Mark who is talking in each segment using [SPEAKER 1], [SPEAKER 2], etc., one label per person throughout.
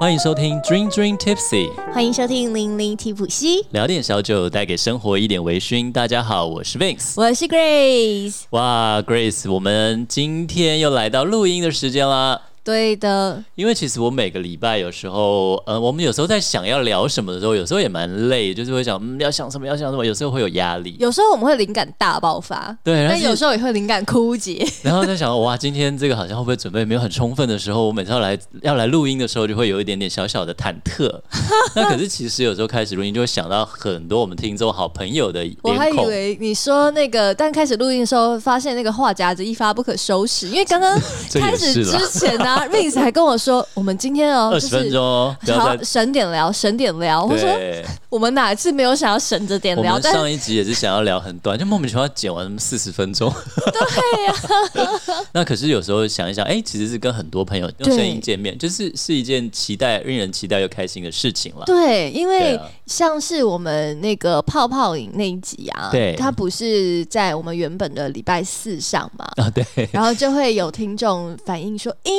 [SPEAKER 1] 欢迎收听 Dream Dream Tipsy，
[SPEAKER 2] 欢迎收听零零提普西，
[SPEAKER 1] 聊点小酒，带给生活一点微醺。大家好，我是 Vince。
[SPEAKER 2] 我是 Grace。
[SPEAKER 1] 哇，Grace，我们今天又来到录音的时间啦。
[SPEAKER 2] 对的，
[SPEAKER 1] 因为其实我每个礼拜有时候，呃，我们有时候在想要聊什么的时候，有时候也蛮累，就是会想，嗯，要想什么，要想什么，有时候会有压力。
[SPEAKER 2] 有时候我们会灵感大爆发，
[SPEAKER 1] 对，但
[SPEAKER 2] 但
[SPEAKER 1] 是
[SPEAKER 2] 有时候也会灵感枯竭。
[SPEAKER 1] 然后在想，哇，今天这个好像会不会准备没有很充分的时候，我每次要来要来录音的时候，就会有一点点小小的忐忑。 那可是其实有时候开始录音，就会想到很多我们听众好朋友的
[SPEAKER 2] 我还
[SPEAKER 1] 脸
[SPEAKER 2] 以
[SPEAKER 1] 孔。
[SPEAKER 2] 为你说那个，但开始录音的时候发现那个话匣子一发不可收拾，因为刚刚
[SPEAKER 1] 这
[SPEAKER 2] 开
[SPEAKER 1] 也
[SPEAKER 2] 始
[SPEAKER 1] 是啦
[SPEAKER 2] 之前呢、 啊、，Vince 还跟我说，我们今天哦，
[SPEAKER 1] 二
[SPEAKER 2] 就
[SPEAKER 1] 十分
[SPEAKER 2] 是
[SPEAKER 1] 钟哦，不要
[SPEAKER 2] 好
[SPEAKER 1] 再。
[SPEAKER 2] 省点聊，省点聊。我说
[SPEAKER 1] 对，
[SPEAKER 2] 我们哪次没有想要省着点
[SPEAKER 1] 我
[SPEAKER 2] 聊，
[SPEAKER 1] 们
[SPEAKER 2] 但
[SPEAKER 1] 上一集也是想要聊很短，就 莫名其妙剪完四十分钟。对
[SPEAKER 2] 啊
[SPEAKER 1] 呀、 那可是有时候想一想，哎、其实是跟很多朋友用
[SPEAKER 2] 对
[SPEAKER 1] 声音见面，就是是一件期待、令人期待又开心的事情了。
[SPEAKER 2] 对，因
[SPEAKER 1] 对
[SPEAKER 2] 为
[SPEAKER 1] 啊
[SPEAKER 2] 像是我们那个泡泡影那一集啊，
[SPEAKER 1] 对
[SPEAKER 2] 它不是在我们原本的礼拜四上嘛，
[SPEAKER 1] 啊，对，
[SPEAKER 2] 然后就会有听众反映说：“诶、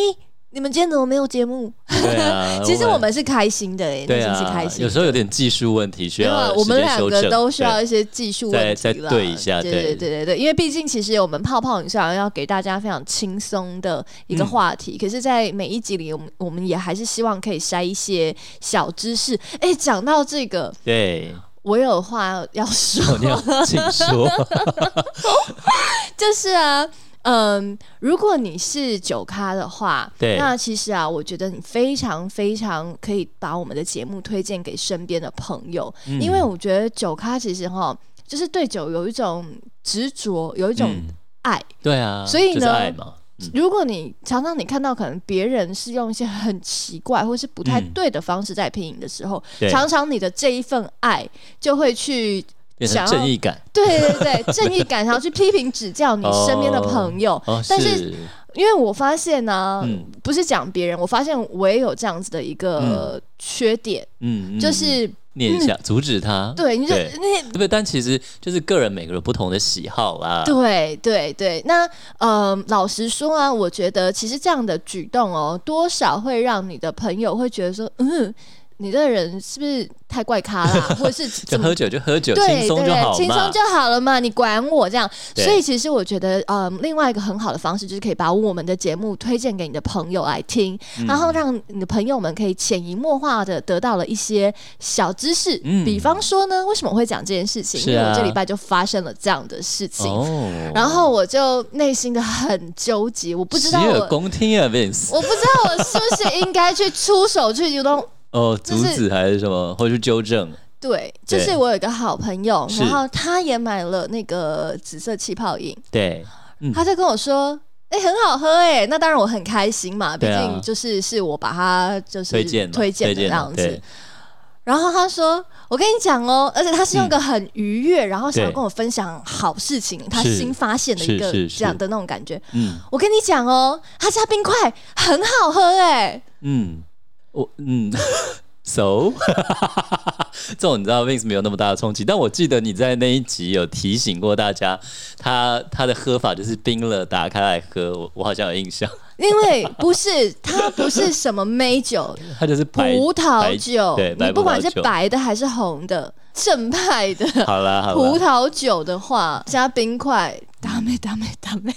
[SPEAKER 2] 你们今天怎么没有节目
[SPEAKER 1] 对啊。？”
[SPEAKER 2] 其实我们是开心的、诶，
[SPEAKER 1] 对
[SPEAKER 2] 内心是
[SPEAKER 1] 啊
[SPEAKER 2] 开，心
[SPEAKER 1] 有
[SPEAKER 2] 的。
[SPEAKER 1] 时候有点技术问题需
[SPEAKER 2] 没有啊
[SPEAKER 1] 要
[SPEAKER 2] 我
[SPEAKER 1] 时
[SPEAKER 2] 们
[SPEAKER 1] 间
[SPEAKER 2] 两
[SPEAKER 1] 修
[SPEAKER 2] 个
[SPEAKER 1] 正，
[SPEAKER 2] 都需要
[SPEAKER 1] 对
[SPEAKER 2] 一些技术问题
[SPEAKER 1] 再
[SPEAKER 2] 啦
[SPEAKER 1] 再对一下
[SPEAKER 2] 对
[SPEAKER 1] 对
[SPEAKER 2] 对对对对，因为毕竟其实我们泡泡影虽然要给大家非常轻松的一
[SPEAKER 1] 嗯
[SPEAKER 2] 个话题，可是，在每一集里，我们我们也还是希望可以筛一些小知识。诶，讲到这个，
[SPEAKER 1] 对，
[SPEAKER 2] 我有话要说，
[SPEAKER 1] 哦你要请说，
[SPEAKER 2] 就是啊，嗯，如果你是酒咖的话，
[SPEAKER 1] 对
[SPEAKER 2] 那其实啊，我觉得你非常非常可以把我们的节目推荐给身边的朋友，
[SPEAKER 1] 嗯
[SPEAKER 2] 因为我觉得酒咖其实哈，就是对酒有一种执着，有一种、
[SPEAKER 1] 嗯
[SPEAKER 2] 爱，
[SPEAKER 1] 对啊，
[SPEAKER 2] 所以呢
[SPEAKER 1] 就是爱嘛，嗯
[SPEAKER 2] 如果你常常你看到可能别人是用一些很奇怪或是不太
[SPEAKER 1] 嗯
[SPEAKER 2] 对的方式在品饮的时候，
[SPEAKER 1] 对，
[SPEAKER 2] 常常你的这一份爱就会去
[SPEAKER 1] 变成
[SPEAKER 2] 想要
[SPEAKER 1] 正义感
[SPEAKER 2] 对 对对正义感，然后去批评指教你身边的朋友，
[SPEAKER 1] 哦，
[SPEAKER 2] 但是呃因为我发现呢、
[SPEAKER 1] 嗯
[SPEAKER 2] 不是讲别人，我发现我也有这样子的一个缺点，
[SPEAKER 1] 嗯，嗯
[SPEAKER 2] 就是、
[SPEAKER 1] 念一下，阻止他，
[SPEAKER 2] 嗯对，你就
[SPEAKER 1] 对
[SPEAKER 2] 那
[SPEAKER 1] 对不对？但其实就是个人每个人不同的喜好啊啦。
[SPEAKER 2] 对对对，那呃，老实说啊，我觉得其实这样的举动哦，多少会让你的朋友会觉得说，嗯，你这个人是不是太怪咖 啦，或者是
[SPEAKER 1] 就
[SPEAKER 2] 怎么
[SPEAKER 1] 喝酒就喝酒，
[SPEAKER 2] 对
[SPEAKER 1] 轻松就好
[SPEAKER 2] 对，轻
[SPEAKER 1] 嘛
[SPEAKER 2] 松。就好了嘛，你管我这样。
[SPEAKER 1] 对
[SPEAKER 2] 所以其实我觉得，嗯，另外一个很好的方式就是可以把我们的节目推荐给你的朋友来听，
[SPEAKER 1] 嗯
[SPEAKER 2] 然后让你的朋友们可以潜移默化的得到了一些小知识。
[SPEAKER 1] 嗯
[SPEAKER 2] 比方说呢，为什么我会讲这件事情？
[SPEAKER 1] 是啊
[SPEAKER 2] 因为我这礼拜就发生了这样的事情，
[SPEAKER 1] 哦
[SPEAKER 2] 然后我就内心的很纠结，我不知
[SPEAKER 1] 洗
[SPEAKER 2] 道
[SPEAKER 1] 耳
[SPEAKER 2] 我。
[SPEAKER 1] 恭听啊，Vince。
[SPEAKER 2] 我不知道我是不是应该去出手去主动
[SPEAKER 1] 哦，
[SPEAKER 2] 就
[SPEAKER 1] 阻
[SPEAKER 2] 是
[SPEAKER 1] 止还是什么，或者是纠正？
[SPEAKER 2] 对，就
[SPEAKER 1] 对
[SPEAKER 2] 是我有一个好朋友，
[SPEAKER 1] 是
[SPEAKER 2] 然后他也买了那个紫色气泡饮，
[SPEAKER 1] 对，嗯
[SPEAKER 2] 他就跟我说。哎、很好喝哎、那当然我很开心嘛，毕
[SPEAKER 1] 对啊
[SPEAKER 2] 竟就是是我把它就是
[SPEAKER 1] 推荐嘛
[SPEAKER 2] 推荐的这
[SPEAKER 1] 推
[SPEAKER 2] 样
[SPEAKER 1] 荐，
[SPEAKER 2] 子
[SPEAKER 1] 对。，
[SPEAKER 2] 然后他说：“我跟你讲哦，而且他是用一个很愉悦，然后想要
[SPEAKER 1] 嗯对
[SPEAKER 2] 跟我分享好事情，他
[SPEAKER 1] 是
[SPEAKER 2] 新发现的一个
[SPEAKER 1] 是是是
[SPEAKER 2] 这样的那种感觉。
[SPEAKER 1] 嗯
[SPEAKER 2] 我跟你讲哦，他家冰块很好喝哎、
[SPEAKER 1] 嗯，我嗯 ，so，这种你知道 Vince 没有那么大的冲击，但我记得你在那一集有提醒过大家，他他的喝法就是冰了打开来喝，我我好像有印象，
[SPEAKER 2] 因为不是它不是什么美酒，
[SPEAKER 1] 他就是白
[SPEAKER 2] 葡萄
[SPEAKER 1] 白
[SPEAKER 2] 酒，
[SPEAKER 1] 对，白
[SPEAKER 2] 你不
[SPEAKER 1] 葡
[SPEAKER 2] 管
[SPEAKER 1] 萄
[SPEAKER 2] 是
[SPEAKER 1] 酒
[SPEAKER 2] 白的还是红的，正派的
[SPEAKER 1] 好啦好啦，
[SPEAKER 2] 葡萄酒的话，加冰块，打妹打妹打妹，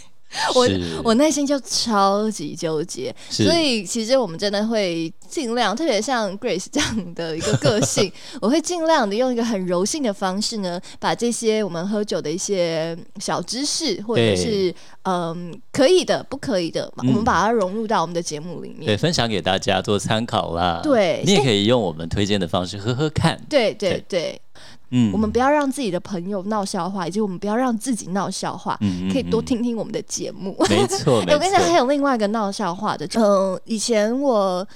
[SPEAKER 2] 我
[SPEAKER 1] 是
[SPEAKER 2] 我内心就超级纠结。
[SPEAKER 1] 是
[SPEAKER 2] 所以其实我们真的会尽量，特别像 Grace 这样的一个个性， 我会尽量的用一个很柔性的方式呢，把这些我们喝酒的一些小知识，或者
[SPEAKER 1] 对嗯
[SPEAKER 2] 是嗯可以的、不可以的，我们把它融入到我们的节目里面
[SPEAKER 1] 对，。分享给大家做参考啦。
[SPEAKER 2] 对
[SPEAKER 1] 你也可以用我们推荐的方式喝喝看。
[SPEAKER 2] 对对
[SPEAKER 1] 对
[SPEAKER 2] 对，
[SPEAKER 1] 嗯
[SPEAKER 2] 我们不要让自己的朋友闹笑话，以及我们不要让自己闹笑话，
[SPEAKER 1] 嗯
[SPEAKER 2] 可以多。听听我们的节目。
[SPEAKER 1] 嗯嗯没 错，
[SPEAKER 2] 欸
[SPEAKER 1] 没
[SPEAKER 2] 我跟你讲，还
[SPEAKER 1] 错。
[SPEAKER 2] 有另外一个闹笑话的，嗯、以前我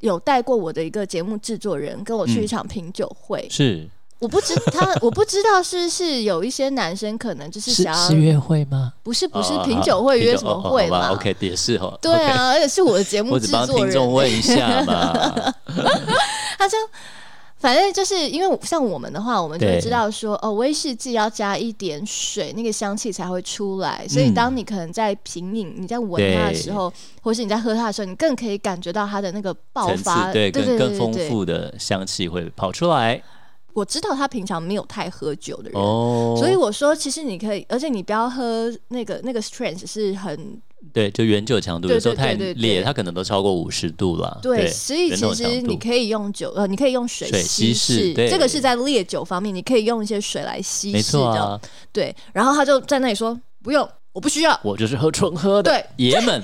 [SPEAKER 2] 有带过我的一个节目制作人跟我去
[SPEAKER 1] 嗯
[SPEAKER 2] 一场品酒会，
[SPEAKER 1] 是
[SPEAKER 2] 我不知他，我不知道是不是有一些男生可能就是
[SPEAKER 1] 是
[SPEAKER 2] 想
[SPEAKER 1] 是
[SPEAKER 2] 要，
[SPEAKER 1] 约会吗？
[SPEAKER 2] 不是不是
[SPEAKER 1] 哦
[SPEAKER 2] 品
[SPEAKER 1] 好
[SPEAKER 2] 酒会
[SPEAKER 1] 品
[SPEAKER 2] 约
[SPEAKER 1] 酒
[SPEAKER 2] 什么
[SPEAKER 1] 哦哦
[SPEAKER 2] 会
[SPEAKER 1] 好吧
[SPEAKER 2] 嘛？
[SPEAKER 1] ？OK，也是哦。
[SPEAKER 2] 对
[SPEAKER 1] OK，
[SPEAKER 2] 啊，而且是我的节目
[SPEAKER 1] 我只
[SPEAKER 2] 制
[SPEAKER 1] 帮
[SPEAKER 2] 作
[SPEAKER 1] 听
[SPEAKER 2] 人
[SPEAKER 1] 众，问一下嘛。
[SPEAKER 2] 他就反正就是因为像我们的话，我们就会
[SPEAKER 1] 对
[SPEAKER 2] 知道说，哦，威士忌要加一点水，那个香气才会出来。所以
[SPEAKER 1] 嗯
[SPEAKER 2] 当你可能在品饮、你在闻它的时候，或是你在喝它的时候，你更可以感觉到它的那个爆
[SPEAKER 1] 层
[SPEAKER 2] 发，
[SPEAKER 1] 次对
[SPEAKER 2] 对
[SPEAKER 1] 更
[SPEAKER 2] 对
[SPEAKER 1] 更
[SPEAKER 2] 对
[SPEAKER 1] 丰
[SPEAKER 2] 对
[SPEAKER 1] 富的香气会跑出来
[SPEAKER 2] 我知道他平常没有太喝酒的人，
[SPEAKER 1] 哦。
[SPEAKER 2] 所以我说，其实你可以，而且你不要喝那个那个 strength 是很
[SPEAKER 1] 对，就原酒强度
[SPEAKER 2] 对
[SPEAKER 1] 有时候
[SPEAKER 2] 对对
[SPEAKER 1] 太
[SPEAKER 2] 对对
[SPEAKER 1] 烈，它可能都超过五十度了。
[SPEAKER 2] 对，
[SPEAKER 1] 对，
[SPEAKER 2] 所以
[SPEAKER 1] 人
[SPEAKER 2] 其
[SPEAKER 1] 种
[SPEAKER 2] 实
[SPEAKER 1] 强
[SPEAKER 2] 你
[SPEAKER 1] 度
[SPEAKER 2] 可以用酒，呃，你可以用水
[SPEAKER 1] 水稀释
[SPEAKER 2] 释，
[SPEAKER 1] 对
[SPEAKER 2] 这个是在烈酒方面，你可以用一些水来稀
[SPEAKER 1] 没
[SPEAKER 2] 释的，
[SPEAKER 1] 错啊，
[SPEAKER 2] 对。然后他就在那里说不用，我不需要，
[SPEAKER 1] 我就是喝纯喝的，
[SPEAKER 2] 对
[SPEAKER 1] 爷们。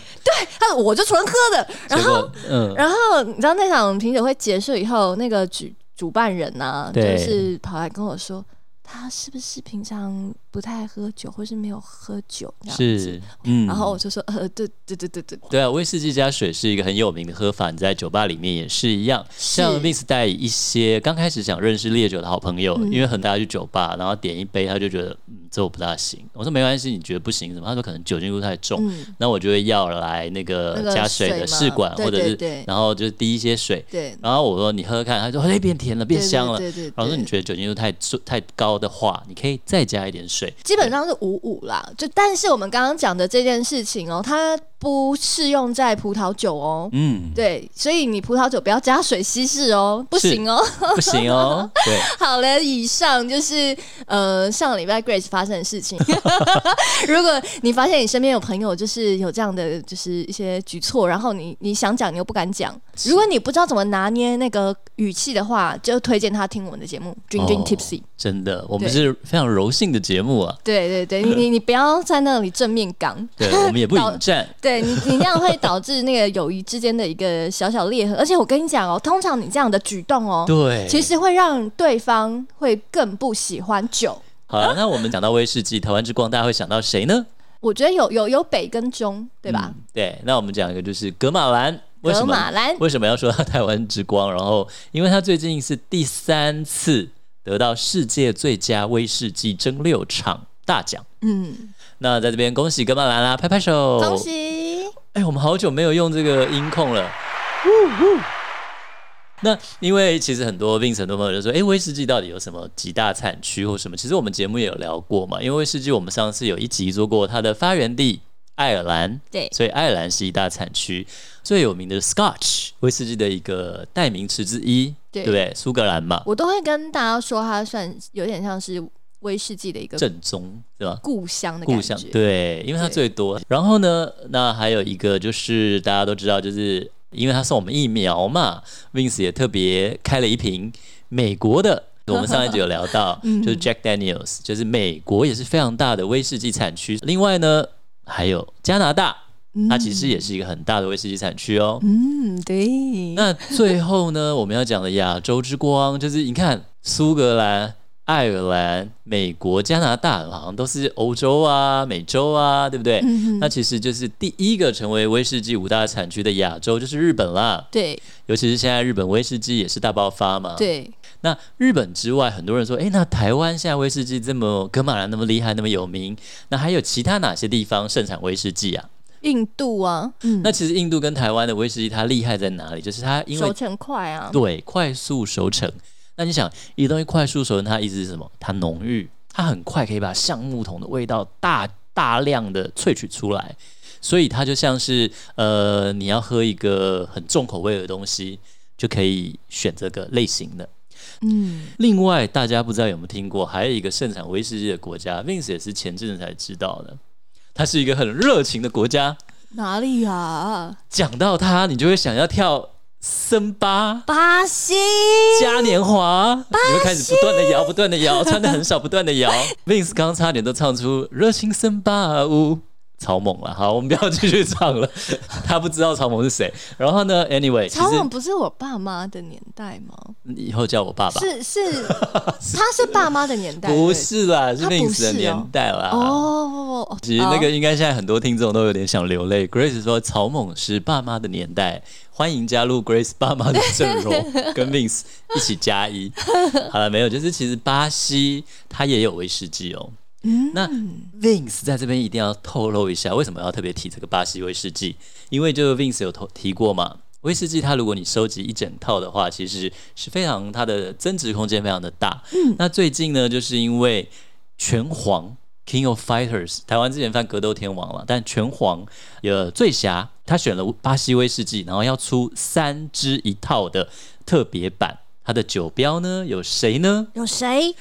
[SPEAKER 2] 他我就纯喝的。然
[SPEAKER 1] 结
[SPEAKER 2] 后
[SPEAKER 1] 果嗯，
[SPEAKER 2] 然后你知道那场品酒会结束以后，那个主主办人呢、就
[SPEAKER 1] 对
[SPEAKER 2] 是跑来跟我说，他是不是平常不太喝酒，或是没有喝酒这样子？
[SPEAKER 1] 是嗯，
[SPEAKER 2] 然后我就说，呃，对对对对对，
[SPEAKER 1] 对啊，威士忌加水是一个很有名的喝法，你在酒吧里面也是一样。像 Vince 带一些刚开始想认识烈酒的好朋友，因
[SPEAKER 2] 嗯
[SPEAKER 1] 为很大家去酒吧，然后点一杯，他就觉得嗯，这我不大行。我说没关系，你觉得不行什么？他说可能酒精度太重，
[SPEAKER 2] 嗯，
[SPEAKER 1] 那我就会要来那个
[SPEAKER 2] 那个
[SPEAKER 1] 加水的
[SPEAKER 2] 水嘛
[SPEAKER 1] 试管，
[SPEAKER 2] 对
[SPEAKER 1] 或者
[SPEAKER 2] 对
[SPEAKER 1] 是
[SPEAKER 2] 对
[SPEAKER 1] 然后就是滴一些水。
[SPEAKER 2] 对，
[SPEAKER 1] 然后我说你喝喝看，他说哎变甜了，变
[SPEAKER 2] 对
[SPEAKER 1] 香了。
[SPEAKER 2] 对对对对
[SPEAKER 1] 然后说你觉得酒精度太重太高的话，你可以再加一点水。
[SPEAKER 2] 基本上是五五啦。就但是我们刚刚讲的这件事情哦，它不适用在葡萄酒哦。
[SPEAKER 1] 嗯，
[SPEAKER 2] 对，所以你葡萄酒不要加水稀释哦，不行哦。
[SPEAKER 1] 不行 哦，对。
[SPEAKER 2] 好了，以上就是呃上个礼拜 Grace 发生的 事情。 如果你发现你身边有朋友就是有这样的就是一些举措，然后你你想讲你又不敢讲，如果你不知道怎么拿捏那个语气的话，就推荐他听我们的节目《Dream Dream Tipsy》。
[SPEAKER 1] 哦真的，我们
[SPEAKER 2] 对
[SPEAKER 1] 是非常柔性的节目啊。
[SPEAKER 2] 对对对，你你你不要在那里正面刚。
[SPEAKER 1] 对，我们也不
[SPEAKER 2] 导
[SPEAKER 1] 引战。
[SPEAKER 2] 对你，你那样会导致那个友谊之间的一个小小裂痕，而且我跟你讲哦，通常你这样的举动哦，
[SPEAKER 1] 对，
[SPEAKER 2] 其实会让对方会更不喜欢酒。
[SPEAKER 1] 好了，那我们讲到威士忌，台湾之光，大家会想到谁呢？
[SPEAKER 2] 我觉得有有有北跟中，对吧？
[SPEAKER 1] 嗯对，那我们讲一个就是格马兰，为
[SPEAKER 2] 啊
[SPEAKER 1] 什
[SPEAKER 2] 格马
[SPEAKER 1] 么
[SPEAKER 2] 兰，
[SPEAKER 1] 为什么要说他台湾之光？然后，因为他最近是第三次得到世界最佳威士忌蒸馏厂大奖。
[SPEAKER 2] 嗯，
[SPEAKER 1] 那在这边恭喜格马兰啦，拍拍手！
[SPEAKER 2] 恭！喜。
[SPEAKER 1] 哎，我们好久没有用这个音控了。那因为其实很多 Vince 很多朋友就说，哎、威士忌到底有什么几大产区或什么？其实我们节目也有聊过嘛，因为威士忌我们上次有一集做过它的发源地爱尔兰，
[SPEAKER 2] 对
[SPEAKER 1] 所以爱尔兰是一大产区，最有名的是 Scotch 威士忌的一个代名词之一，对
[SPEAKER 2] 对
[SPEAKER 1] 不对？苏格兰嘛，
[SPEAKER 2] 我都会跟大家说，它算有点像是威士忌的一个
[SPEAKER 1] 正宗对吧？
[SPEAKER 2] 故乡的感
[SPEAKER 1] 故
[SPEAKER 2] 觉
[SPEAKER 1] 乡。对，因为它
[SPEAKER 2] 对
[SPEAKER 1] 最多。然后呢，那还有一个就是大家都知道，就是因为他送我们疫苗嘛，Vince 也特别开了一瓶美国的。我们上一集有聊 到，
[SPEAKER 2] 嗯
[SPEAKER 1] 就是 Jack Daniels，就是美国也是非常大的威士忌产区。另外呢，还有加拿大，它其实也是一个很大的威士忌产区哦。
[SPEAKER 2] 嗯，对。
[SPEAKER 1] 那最后呢，我们要讲的亚洲之光， 就是你看苏格兰、爱尔兰、美国、加拿大，好像都是欧洲啊、美洲啊，对不对？
[SPEAKER 2] 嗯
[SPEAKER 1] 那其实就是第一个成为威士忌五大产区的亚洲，就是日本啦。
[SPEAKER 2] 对
[SPEAKER 1] 尤其是现在日本威士忌也是大爆发嘛。。
[SPEAKER 2] 对，
[SPEAKER 1] 那日本之外，很多人说，诶，那台湾现在威士忌这么格马兰那么厉害，那么有名，那还有其他哪些地方盛产威士忌啊？
[SPEAKER 2] 印度啊，嗯，
[SPEAKER 1] 那其实印度跟台湾的威士忌它厉害在哪里？就是它因为
[SPEAKER 2] 熟成快啊，
[SPEAKER 1] 对，快速熟成。那你想，一个东西快速熟成，它意思是什么？它浓郁，它很快可以把橡木桶的味道大大量的萃取出来，所以它就像是呃，你要喝一个很重口味的东西，就可以选这个类型的。
[SPEAKER 2] 嗯，
[SPEAKER 1] 另外，大家不知道有没有听过，还有一个盛产威士忌的国家，Vince 也是前阵子才知道的，它是一个很热情的国家。
[SPEAKER 2] 哪里啊？
[SPEAKER 1] 讲到它，你就会想要跳森巴。
[SPEAKER 2] 巴西，
[SPEAKER 1] 嘉年华，你会开始不断的摇，不断的 摇，穿的很少，不断的摇。Vince 刚刚差点都唱出《热情森巴舞》，草蜢了。好，我们不要继续唱了， 他不知道草蜢是谁。然后呢，Anyway，其
[SPEAKER 2] 曹蜢
[SPEAKER 1] 实
[SPEAKER 2] 不是我爸妈的年代吗？
[SPEAKER 1] 以后叫我爸爸，
[SPEAKER 2] 是是，他是爸妈的年代，
[SPEAKER 1] 不是啊啦，是
[SPEAKER 2] 他不
[SPEAKER 1] Vince 的
[SPEAKER 2] 是哦
[SPEAKER 1] 年代啦。
[SPEAKER 2] 对？哦，哦
[SPEAKER 1] 其实那个应该现在很多听众都有点想流泪。Grace 说，草蜢是爸妈的年代，欢迎加入 Grace 爸妈的阵容，跟 Vince 一起加一。好了，没有，就是其实巴西它也有威士忌哦。那 Vince 在这边一定要透露一下，为什么要特别提这个巴西威士忌？因为就 Vince 有透提过嘛，威士忌它如果你收集一整套的话，其实是非常它的增值空间非常的大。嗯，那最近呢，就是因为拳皇 King of Fighters，台湾之前翻格斗天王了，但拳皇呃醉侠他选了巴西威士忌，然后要出三支一套的特别版。它的酒标呢有谁呢？
[SPEAKER 2] 有谁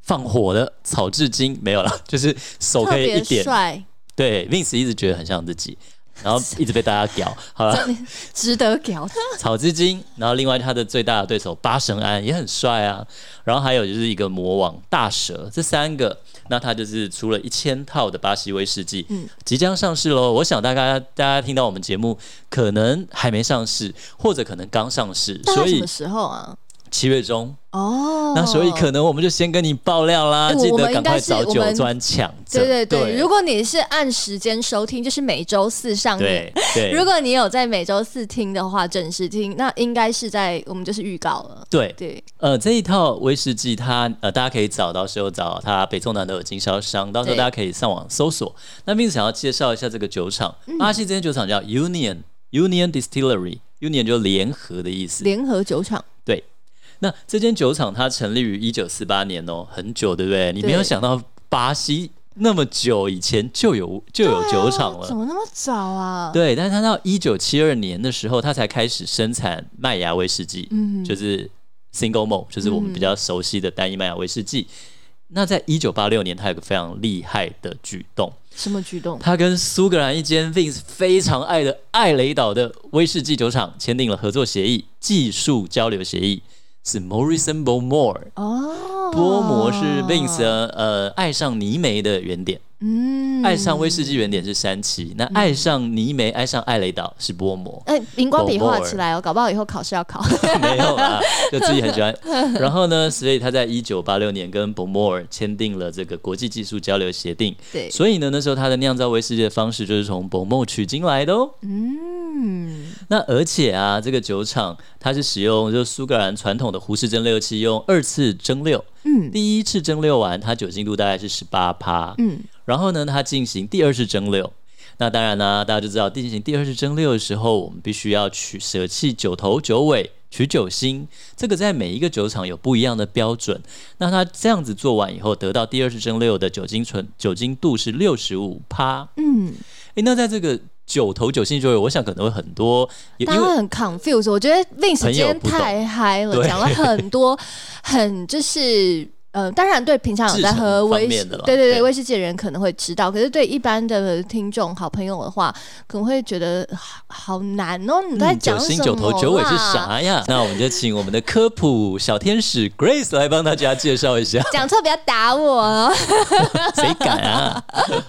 [SPEAKER 1] 放火的草至今没有了， 就是手
[SPEAKER 2] 特
[SPEAKER 1] 可以一
[SPEAKER 2] 别
[SPEAKER 1] 点。
[SPEAKER 2] 帅，
[SPEAKER 1] 对，Vince 一直觉得很像自己，然后一直被大家 屌。好了，
[SPEAKER 2] 值得啊屌？
[SPEAKER 1] 草之金，然后另外他的最大的对手八神庵也很帅啊，然后还有就是一个魔王大蛇，这三个，那他就是出了一千套的巴西威士忌，
[SPEAKER 2] 嗯
[SPEAKER 1] 即将上市喽。我想大家大家听到我们节目，可能还没上市，或者可能刚上市，
[SPEAKER 2] 大
[SPEAKER 1] 所
[SPEAKER 2] 概什
[SPEAKER 1] 以
[SPEAKER 2] 么时候啊？
[SPEAKER 1] 七月中，
[SPEAKER 2] 哦，
[SPEAKER 1] 那所以可能我们就先跟你爆料啦，
[SPEAKER 2] 哎我
[SPEAKER 1] 记
[SPEAKER 2] 我
[SPEAKER 1] 得
[SPEAKER 2] 们
[SPEAKER 1] 赶
[SPEAKER 2] 应该
[SPEAKER 1] 快
[SPEAKER 2] 是
[SPEAKER 1] 找
[SPEAKER 2] 我
[SPEAKER 1] 酒
[SPEAKER 2] 们
[SPEAKER 1] 专抢着。
[SPEAKER 2] 对对对，如
[SPEAKER 1] 果
[SPEAKER 2] 果你是按时间收听，就是每周四上映。
[SPEAKER 1] 对对，
[SPEAKER 2] 如果你有在每周四听的话，准时听，那应该是在我们就是预告了。
[SPEAKER 1] 对
[SPEAKER 2] 对，
[SPEAKER 1] 呃，这一套威士忌它，呃，大家可以找，到时候找它北中南都有经销商，到时候
[SPEAKER 2] 对
[SPEAKER 1] 大家可以上网搜索。那并想要介绍一下这个酒厂，
[SPEAKER 2] 嗯
[SPEAKER 1] 巴西这间酒厂叫 Union Union Distillery，Union 就联合的意思。
[SPEAKER 2] 联合酒厂
[SPEAKER 1] 对，那这间酒厂它成立于一九四八年哦，很久，对不对？你没有
[SPEAKER 2] 对
[SPEAKER 1] 想到巴西那么久以前就有就有酒厂
[SPEAKER 2] 对啊
[SPEAKER 1] 了
[SPEAKER 2] 怎。么那么早啊？
[SPEAKER 1] 对，但是他到一九七二年的时候，他才开始生产麦芽威士忌，
[SPEAKER 2] 嗯
[SPEAKER 1] 就是 single malt，就是我们比较熟悉的单一麦芽威士忌。那在一九八六年，他有个非常厉害的举动，
[SPEAKER 2] 什么举动？
[SPEAKER 1] 他跟苏格兰一间 Vince 非常爱的艾雷岛的威士忌酒厂签订了合作协议、技术交流协议，是 Morrison b o m o r e
[SPEAKER 2] 哦，
[SPEAKER 1] 波摩是 Vince 的呃爱上泥煤的原点。
[SPEAKER 2] 嗯，
[SPEAKER 1] 爱上威士忌原点是山崎，那爱上泥煤、爱上艾雷岛是波摩
[SPEAKER 2] 哎，荧光笔画
[SPEAKER 1] Balmoral
[SPEAKER 2] 起来哦，搞不好以后考试要考。
[SPEAKER 1] 没有啦，就自己很喜欢。然后呢，所以他在一九八六年跟博摩尔签订了这个国际技术交流协定。
[SPEAKER 2] 对，
[SPEAKER 1] 所以呢，那时候他的酿造威士忌的方式就是从博摩取经来的哦。
[SPEAKER 2] 嗯，
[SPEAKER 1] 那而且啊，这个酒厂它是使用就是苏格兰传统的胡氏蒸馏器，用二次蒸馏。
[SPEAKER 2] 嗯
[SPEAKER 1] 第一次蒸馏完，它酒精度大概是十八趴。
[SPEAKER 2] 嗯，
[SPEAKER 1] 然后呢，它进行第二次蒸馏。那当然啦、大家就知道进行第二次蒸馏的时候，我们必须要取舍弃酒头、酒尾、取酒心，这个在每一个酒厂有不一样的标准。那它这样子做完以后，得到第二次蒸馏的酒精纯酒精度是六十五趴。
[SPEAKER 2] 嗯，
[SPEAKER 1] 诶，那在这个酒头、酒心、酒尾，我想可能会很多，也
[SPEAKER 2] 大
[SPEAKER 1] 因
[SPEAKER 2] 家会
[SPEAKER 1] 为
[SPEAKER 2] 很 confused。我觉得 Vince
[SPEAKER 1] 朋
[SPEAKER 2] 今
[SPEAKER 1] 友
[SPEAKER 2] 天
[SPEAKER 1] 不懂
[SPEAKER 2] 太嗨了，
[SPEAKER 1] 对
[SPEAKER 2] 讲了很多，很就是。呃，当然，对平常有在
[SPEAKER 1] 制成
[SPEAKER 2] 喝威
[SPEAKER 1] 方
[SPEAKER 2] 士，
[SPEAKER 1] 面的啦
[SPEAKER 2] 对对对，
[SPEAKER 1] 对
[SPEAKER 2] 威士忌的人可能会知道，可是对一般的呃听众、好朋友的话，可能会觉得呃好好难哦。你在
[SPEAKER 1] 嗯
[SPEAKER 2] 讲
[SPEAKER 1] 酒
[SPEAKER 2] 什么
[SPEAKER 1] 心、
[SPEAKER 2] 啦？
[SPEAKER 1] 酒头、酒尾是啥呀？那我们就请我们的科普小天使 Grace 来帮大家介绍 一下，
[SPEAKER 2] 讲错不要打我哦。
[SPEAKER 1] 谁敢啊？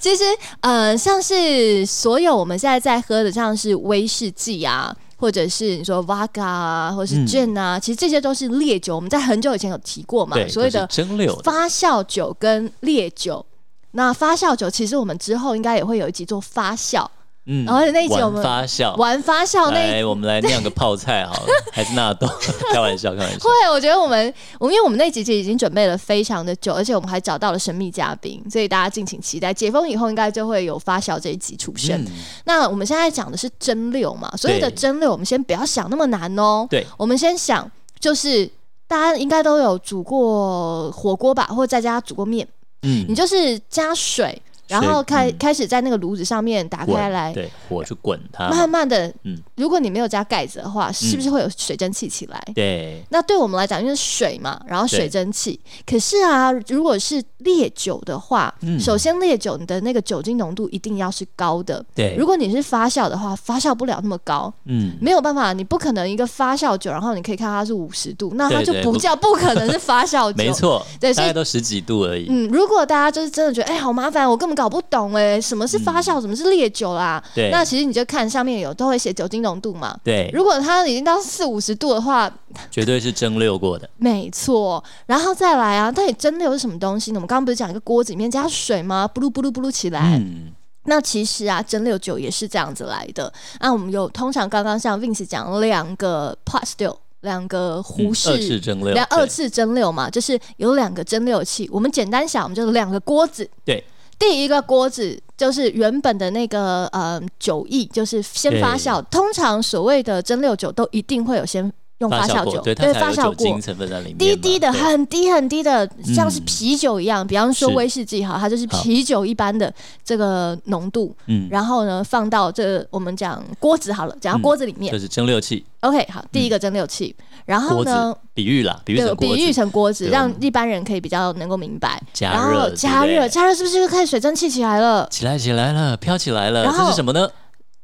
[SPEAKER 2] 其实，呃，像是所有我们现在在喝的，像是威士忌啊，或者是你说 vodka 啊，或是
[SPEAKER 1] 嗯
[SPEAKER 2] gin 啊，其实这些都是烈酒。我们在很久以前有提过嘛，
[SPEAKER 1] 对，
[SPEAKER 2] 所谓
[SPEAKER 1] 都是
[SPEAKER 2] 的
[SPEAKER 1] 蒸馏的
[SPEAKER 2] 发酵酒跟烈酒。那发酵酒，其实我们之后应该也会有一集做发酵，
[SPEAKER 1] 嗯
[SPEAKER 2] 然后那一集我们
[SPEAKER 1] 玩发酵，哎
[SPEAKER 2] 玩发酵那一
[SPEAKER 1] 来我们来酿个泡菜好了，还是纳 豆？开玩笑，开玩笑。
[SPEAKER 2] 对，我觉得我们我们因为我们那几集已经准备了非常的久，而且我们还找到了神秘嘉宾，所以大家敬请期待。解封以后应该就会有发酵这一集出现。
[SPEAKER 1] 嗯
[SPEAKER 2] 那我们现在讲的是蒸馏嘛，所有的
[SPEAKER 1] 对
[SPEAKER 2] 蒸馏我们先不要想那么难哦。
[SPEAKER 1] 对，
[SPEAKER 2] 我们先想就是。大家应该都有煮过火锅吧，或者在家煮过面。你
[SPEAKER 1] 嗯，
[SPEAKER 2] 就是加水，然后开、
[SPEAKER 1] 嗯
[SPEAKER 2] 开始在那个炉子上面打开
[SPEAKER 1] 滚
[SPEAKER 2] 来，
[SPEAKER 1] 对，火去滚它
[SPEAKER 2] 慢
[SPEAKER 1] 嘛，
[SPEAKER 2] 慢的，
[SPEAKER 1] 嗯
[SPEAKER 2] 如果你没有加盖子的话，是不是会有水蒸气起来？
[SPEAKER 1] 嗯对，
[SPEAKER 2] 那对我们来讲，因为是水嘛，然后水
[SPEAKER 1] 对
[SPEAKER 2] 蒸气。可是啊，如果是烈酒的话，
[SPEAKER 1] 嗯
[SPEAKER 2] 首先烈酒你的那个酒精浓度一定要是高的。
[SPEAKER 1] 对
[SPEAKER 2] 如果你是发酵的话，发酵不了那么高，
[SPEAKER 1] 嗯，
[SPEAKER 2] 没有办法，你不可能一个发酵酒，然后你可以看它是五十度，那它
[SPEAKER 1] 对
[SPEAKER 2] 就
[SPEAKER 1] 对
[SPEAKER 2] 不
[SPEAKER 1] 不
[SPEAKER 2] 叫不可能是发酵 酒。
[SPEAKER 1] 没。错，
[SPEAKER 2] 对所
[SPEAKER 1] 大
[SPEAKER 2] 以
[SPEAKER 1] 概都十几度而已。
[SPEAKER 2] 嗯，如果大家就是真的觉得，哎、好麻烦，我根本搞不懂哎、什么是发酵，什么是烈酒啦？
[SPEAKER 1] 嗯对，
[SPEAKER 2] 那其实你就看上面有都会写酒精浓度嘛。
[SPEAKER 1] 对，
[SPEAKER 2] 如果它已经到四五十度的话，
[SPEAKER 1] 绝对是蒸馏过的。
[SPEAKER 2] 没错，然后再来啊，到底蒸馏是什么东西呢？我们刚刚不是讲一个锅子里面加水吗？布噜布噜布噜起来。
[SPEAKER 1] 嗯，
[SPEAKER 2] 那其实啊，蒸馏酒也是这样子来的。那我们有通常刚刚像 Vince 讲了两个 pot still，两个
[SPEAKER 1] 嗯
[SPEAKER 2] 壶
[SPEAKER 1] 二
[SPEAKER 2] 式
[SPEAKER 1] 次。蒸馏，
[SPEAKER 2] 两
[SPEAKER 1] 对
[SPEAKER 2] 二次蒸馏嘛，就是有两个蒸馏器。我们简单想，我们就是两个锅子。
[SPEAKER 1] 对，
[SPEAKER 2] 第一个锅子就是原本的那个呃酒液，就是先发酵。通常所谓的蒸馏酒都一定会有先用发酵
[SPEAKER 1] 过
[SPEAKER 2] 酒，
[SPEAKER 1] 对，它
[SPEAKER 2] 对
[SPEAKER 1] 才
[SPEAKER 2] 发
[SPEAKER 1] 有
[SPEAKER 2] 酵
[SPEAKER 1] 酒精
[SPEAKER 2] 过。
[SPEAKER 1] 成分在里面嘛。
[SPEAKER 2] 低低的，
[SPEAKER 1] 对嗯
[SPEAKER 2] 很低很低的，像是啤酒一样。比方说
[SPEAKER 1] 是
[SPEAKER 2] 威士忌哈，它就是
[SPEAKER 1] 好
[SPEAKER 2] 啤酒一般的这个浓度。
[SPEAKER 1] 嗯，
[SPEAKER 2] 然后呢，放到这个我们讲锅子好了，讲到锅子里面。
[SPEAKER 1] 就是蒸馏器
[SPEAKER 2] OK，好，第一个蒸馏器，然后
[SPEAKER 1] 嗯锅子
[SPEAKER 2] 呢，
[SPEAKER 1] 比喻啦，比喻
[SPEAKER 2] 对，
[SPEAKER 1] 成锅
[SPEAKER 2] 比喻
[SPEAKER 1] 子
[SPEAKER 2] 成锅子，
[SPEAKER 1] 对
[SPEAKER 2] 让
[SPEAKER 1] 我们
[SPEAKER 2] 一般人可以比较能够明白。
[SPEAKER 1] 加
[SPEAKER 2] 然后
[SPEAKER 1] 热，对
[SPEAKER 2] 加
[SPEAKER 1] 不
[SPEAKER 2] 热，
[SPEAKER 1] 对
[SPEAKER 2] 加热是不是就开始水蒸气起来了？
[SPEAKER 1] 起来起来了，飘起来了，
[SPEAKER 2] 然
[SPEAKER 1] 这
[SPEAKER 2] 后
[SPEAKER 1] 是什么呢？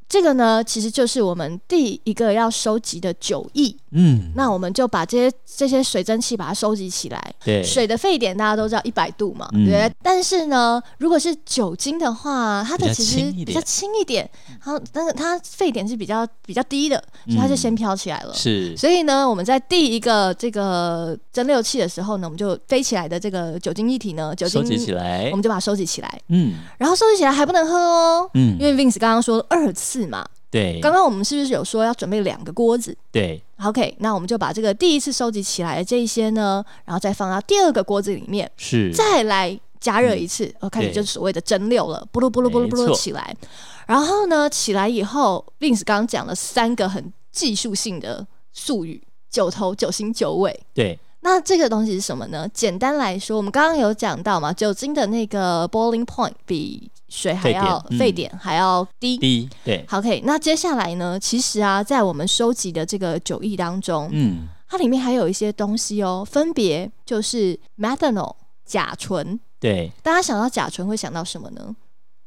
[SPEAKER 2] 这个呢，其实就是我们第一个要收集的酒液。
[SPEAKER 1] 嗯，
[SPEAKER 2] 那我们就把这些这些水蒸气把它收集起来。
[SPEAKER 1] 对，
[SPEAKER 2] 水的沸点大家都知道一百度嘛，
[SPEAKER 1] 嗯
[SPEAKER 2] 对不对。但是呢，如果是酒精的话，它
[SPEAKER 1] 比
[SPEAKER 2] 的
[SPEAKER 1] 较
[SPEAKER 2] 其
[SPEAKER 1] 轻
[SPEAKER 2] 实
[SPEAKER 1] 一点
[SPEAKER 2] 比较轻一点，然后但是它沸点是比较比较低的，所以它就
[SPEAKER 1] 嗯
[SPEAKER 2] 先飘起来了。
[SPEAKER 1] 是
[SPEAKER 2] 所以呢，我们在第一个这个蒸馏器的时候呢，我们就飞起来的这个酒精液体呢，酒精
[SPEAKER 1] 收集起来
[SPEAKER 2] 我，们就把它收集起来，
[SPEAKER 1] 嗯
[SPEAKER 2] 然后收集起来还不能喝哦，
[SPEAKER 1] 嗯
[SPEAKER 2] 因，为 Vince 刚刚说二次嘛，
[SPEAKER 1] 对，
[SPEAKER 2] 刚刚我们是不是有说要准备两个锅子
[SPEAKER 1] 对，
[SPEAKER 2] ？OK，那我们就把这个第一次收集起来的这一些呢，然后再放到第二个锅子里面，
[SPEAKER 1] 是
[SPEAKER 2] 再来加热一次，哦，开始
[SPEAKER 1] 嗯对
[SPEAKER 2] 就是所谓的蒸馏了，咕噜咕噜咕噜咕
[SPEAKER 1] 没
[SPEAKER 2] 噜
[SPEAKER 1] 错
[SPEAKER 2] 起来。然后呢，起来以后，Vince 刚刚讲了三个很技术性的术语：九头、九心、九尾。
[SPEAKER 1] 对，
[SPEAKER 2] 那这个东西是什么呢？简单来说，我们刚刚有讲到嘛，酒精的那个 boiling point 比水还要
[SPEAKER 1] 沸点嗯
[SPEAKER 2] 沸点还要低。
[SPEAKER 1] 第一，对，
[SPEAKER 2] 好，OK。那接下来呢，其实啊，在我们收集的这个酒液当中，
[SPEAKER 1] 嗯，
[SPEAKER 2] 它里面还有一些东西哦，分别就是 methanol 甲醇。
[SPEAKER 1] 对，
[SPEAKER 2] 大家想到甲醇会想到什么呢？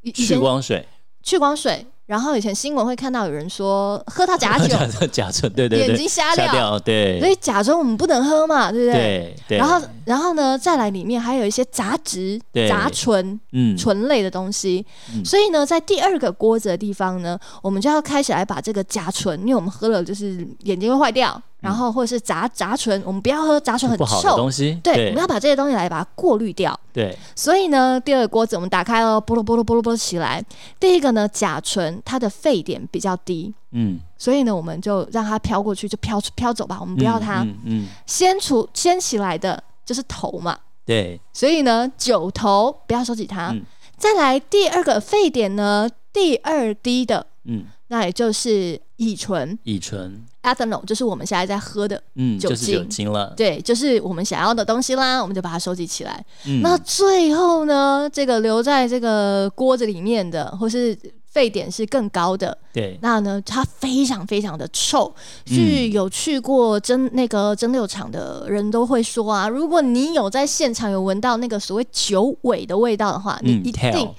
[SPEAKER 2] 以以
[SPEAKER 1] 去
[SPEAKER 2] 前
[SPEAKER 1] 光水，
[SPEAKER 2] 去光水，然后以前新闻会看到有人说喝到 假酒，
[SPEAKER 1] 甲甲醇，对对
[SPEAKER 2] 眼
[SPEAKER 1] 对，
[SPEAKER 2] 睛瞎
[SPEAKER 1] 吓
[SPEAKER 2] 掉，
[SPEAKER 1] 掉，对，
[SPEAKER 2] 所以甲醇我们不能喝嘛，对不
[SPEAKER 1] 对对，
[SPEAKER 2] 然后，然后呢，再来里面还有一些杂质、
[SPEAKER 1] 对
[SPEAKER 2] 杂醇、
[SPEAKER 1] 嗯，
[SPEAKER 2] 醇类的东西。
[SPEAKER 1] 嗯
[SPEAKER 2] 所以呢，在第二个锅子的地方呢，我们就要开始来把这个甲醇，因为我们喝了就是眼睛会坏掉，然后或者是杂杂醇，我们不要喝杂醇很
[SPEAKER 1] 嗯不好的
[SPEAKER 2] 臭。
[SPEAKER 1] 东西，
[SPEAKER 2] 对，我们要把这些东西来把它过滤掉。
[SPEAKER 1] 对，
[SPEAKER 2] 所以呢，第二个锅子我们打开哦，波噜波噜波噜波噜起来。第一个呢，甲醇它的沸点比较低，
[SPEAKER 1] 嗯，
[SPEAKER 2] 所以呢，我们就让它飘过去，就飘飘走吧，我们不要
[SPEAKER 1] 嗯
[SPEAKER 2] 它。
[SPEAKER 1] 嗯嗯，
[SPEAKER 2] 先除先起来的就是头嘛，
[SPEAKER 1] 对，
[SPEAKER 2] 所以呢，九头不要收集它。
[SPEAKER 1] 嗯
[SPEAKER 2] 再来第二个沸点呢，第二低的，
[SPEAKER 1] 嗯，
[SPEAKER 2] 那也就是乙醇
[SPEAKER 1] 乙醇，
[SPEAKER 2] （ethanol），就是我们现在在喝的，
[SPEAKER 1] 嗯，
[SPEAKER 2] 酒
[SPEAKER 1] 就是酒
[SPEAKER 2] 精
[SPEAKER 1] 精了，
[SPEAKER 2] 对，就是我们想要的东西啦，我们就把它收集起来。
[SPEAKER 1] 嗯，
[SPEAKER 2] 那最后呢，这个留在这个锅子里面的，或是沸点是更高的，
[SPEAKER 1] 对，
[SPEAKER 2] 那呢，它非常非常的臭。
[SPEAKER 1] 嗯
[SPEAKER 2] 去有去过蒸那个蒸馏厂的人都会说啊，如果你有在现场有闻到那个所谓酒尾的味道的话，你
[SPEAKER 1] 嗯
[SPEAKER 2] 一定、
[SPEAKER 1] ，tell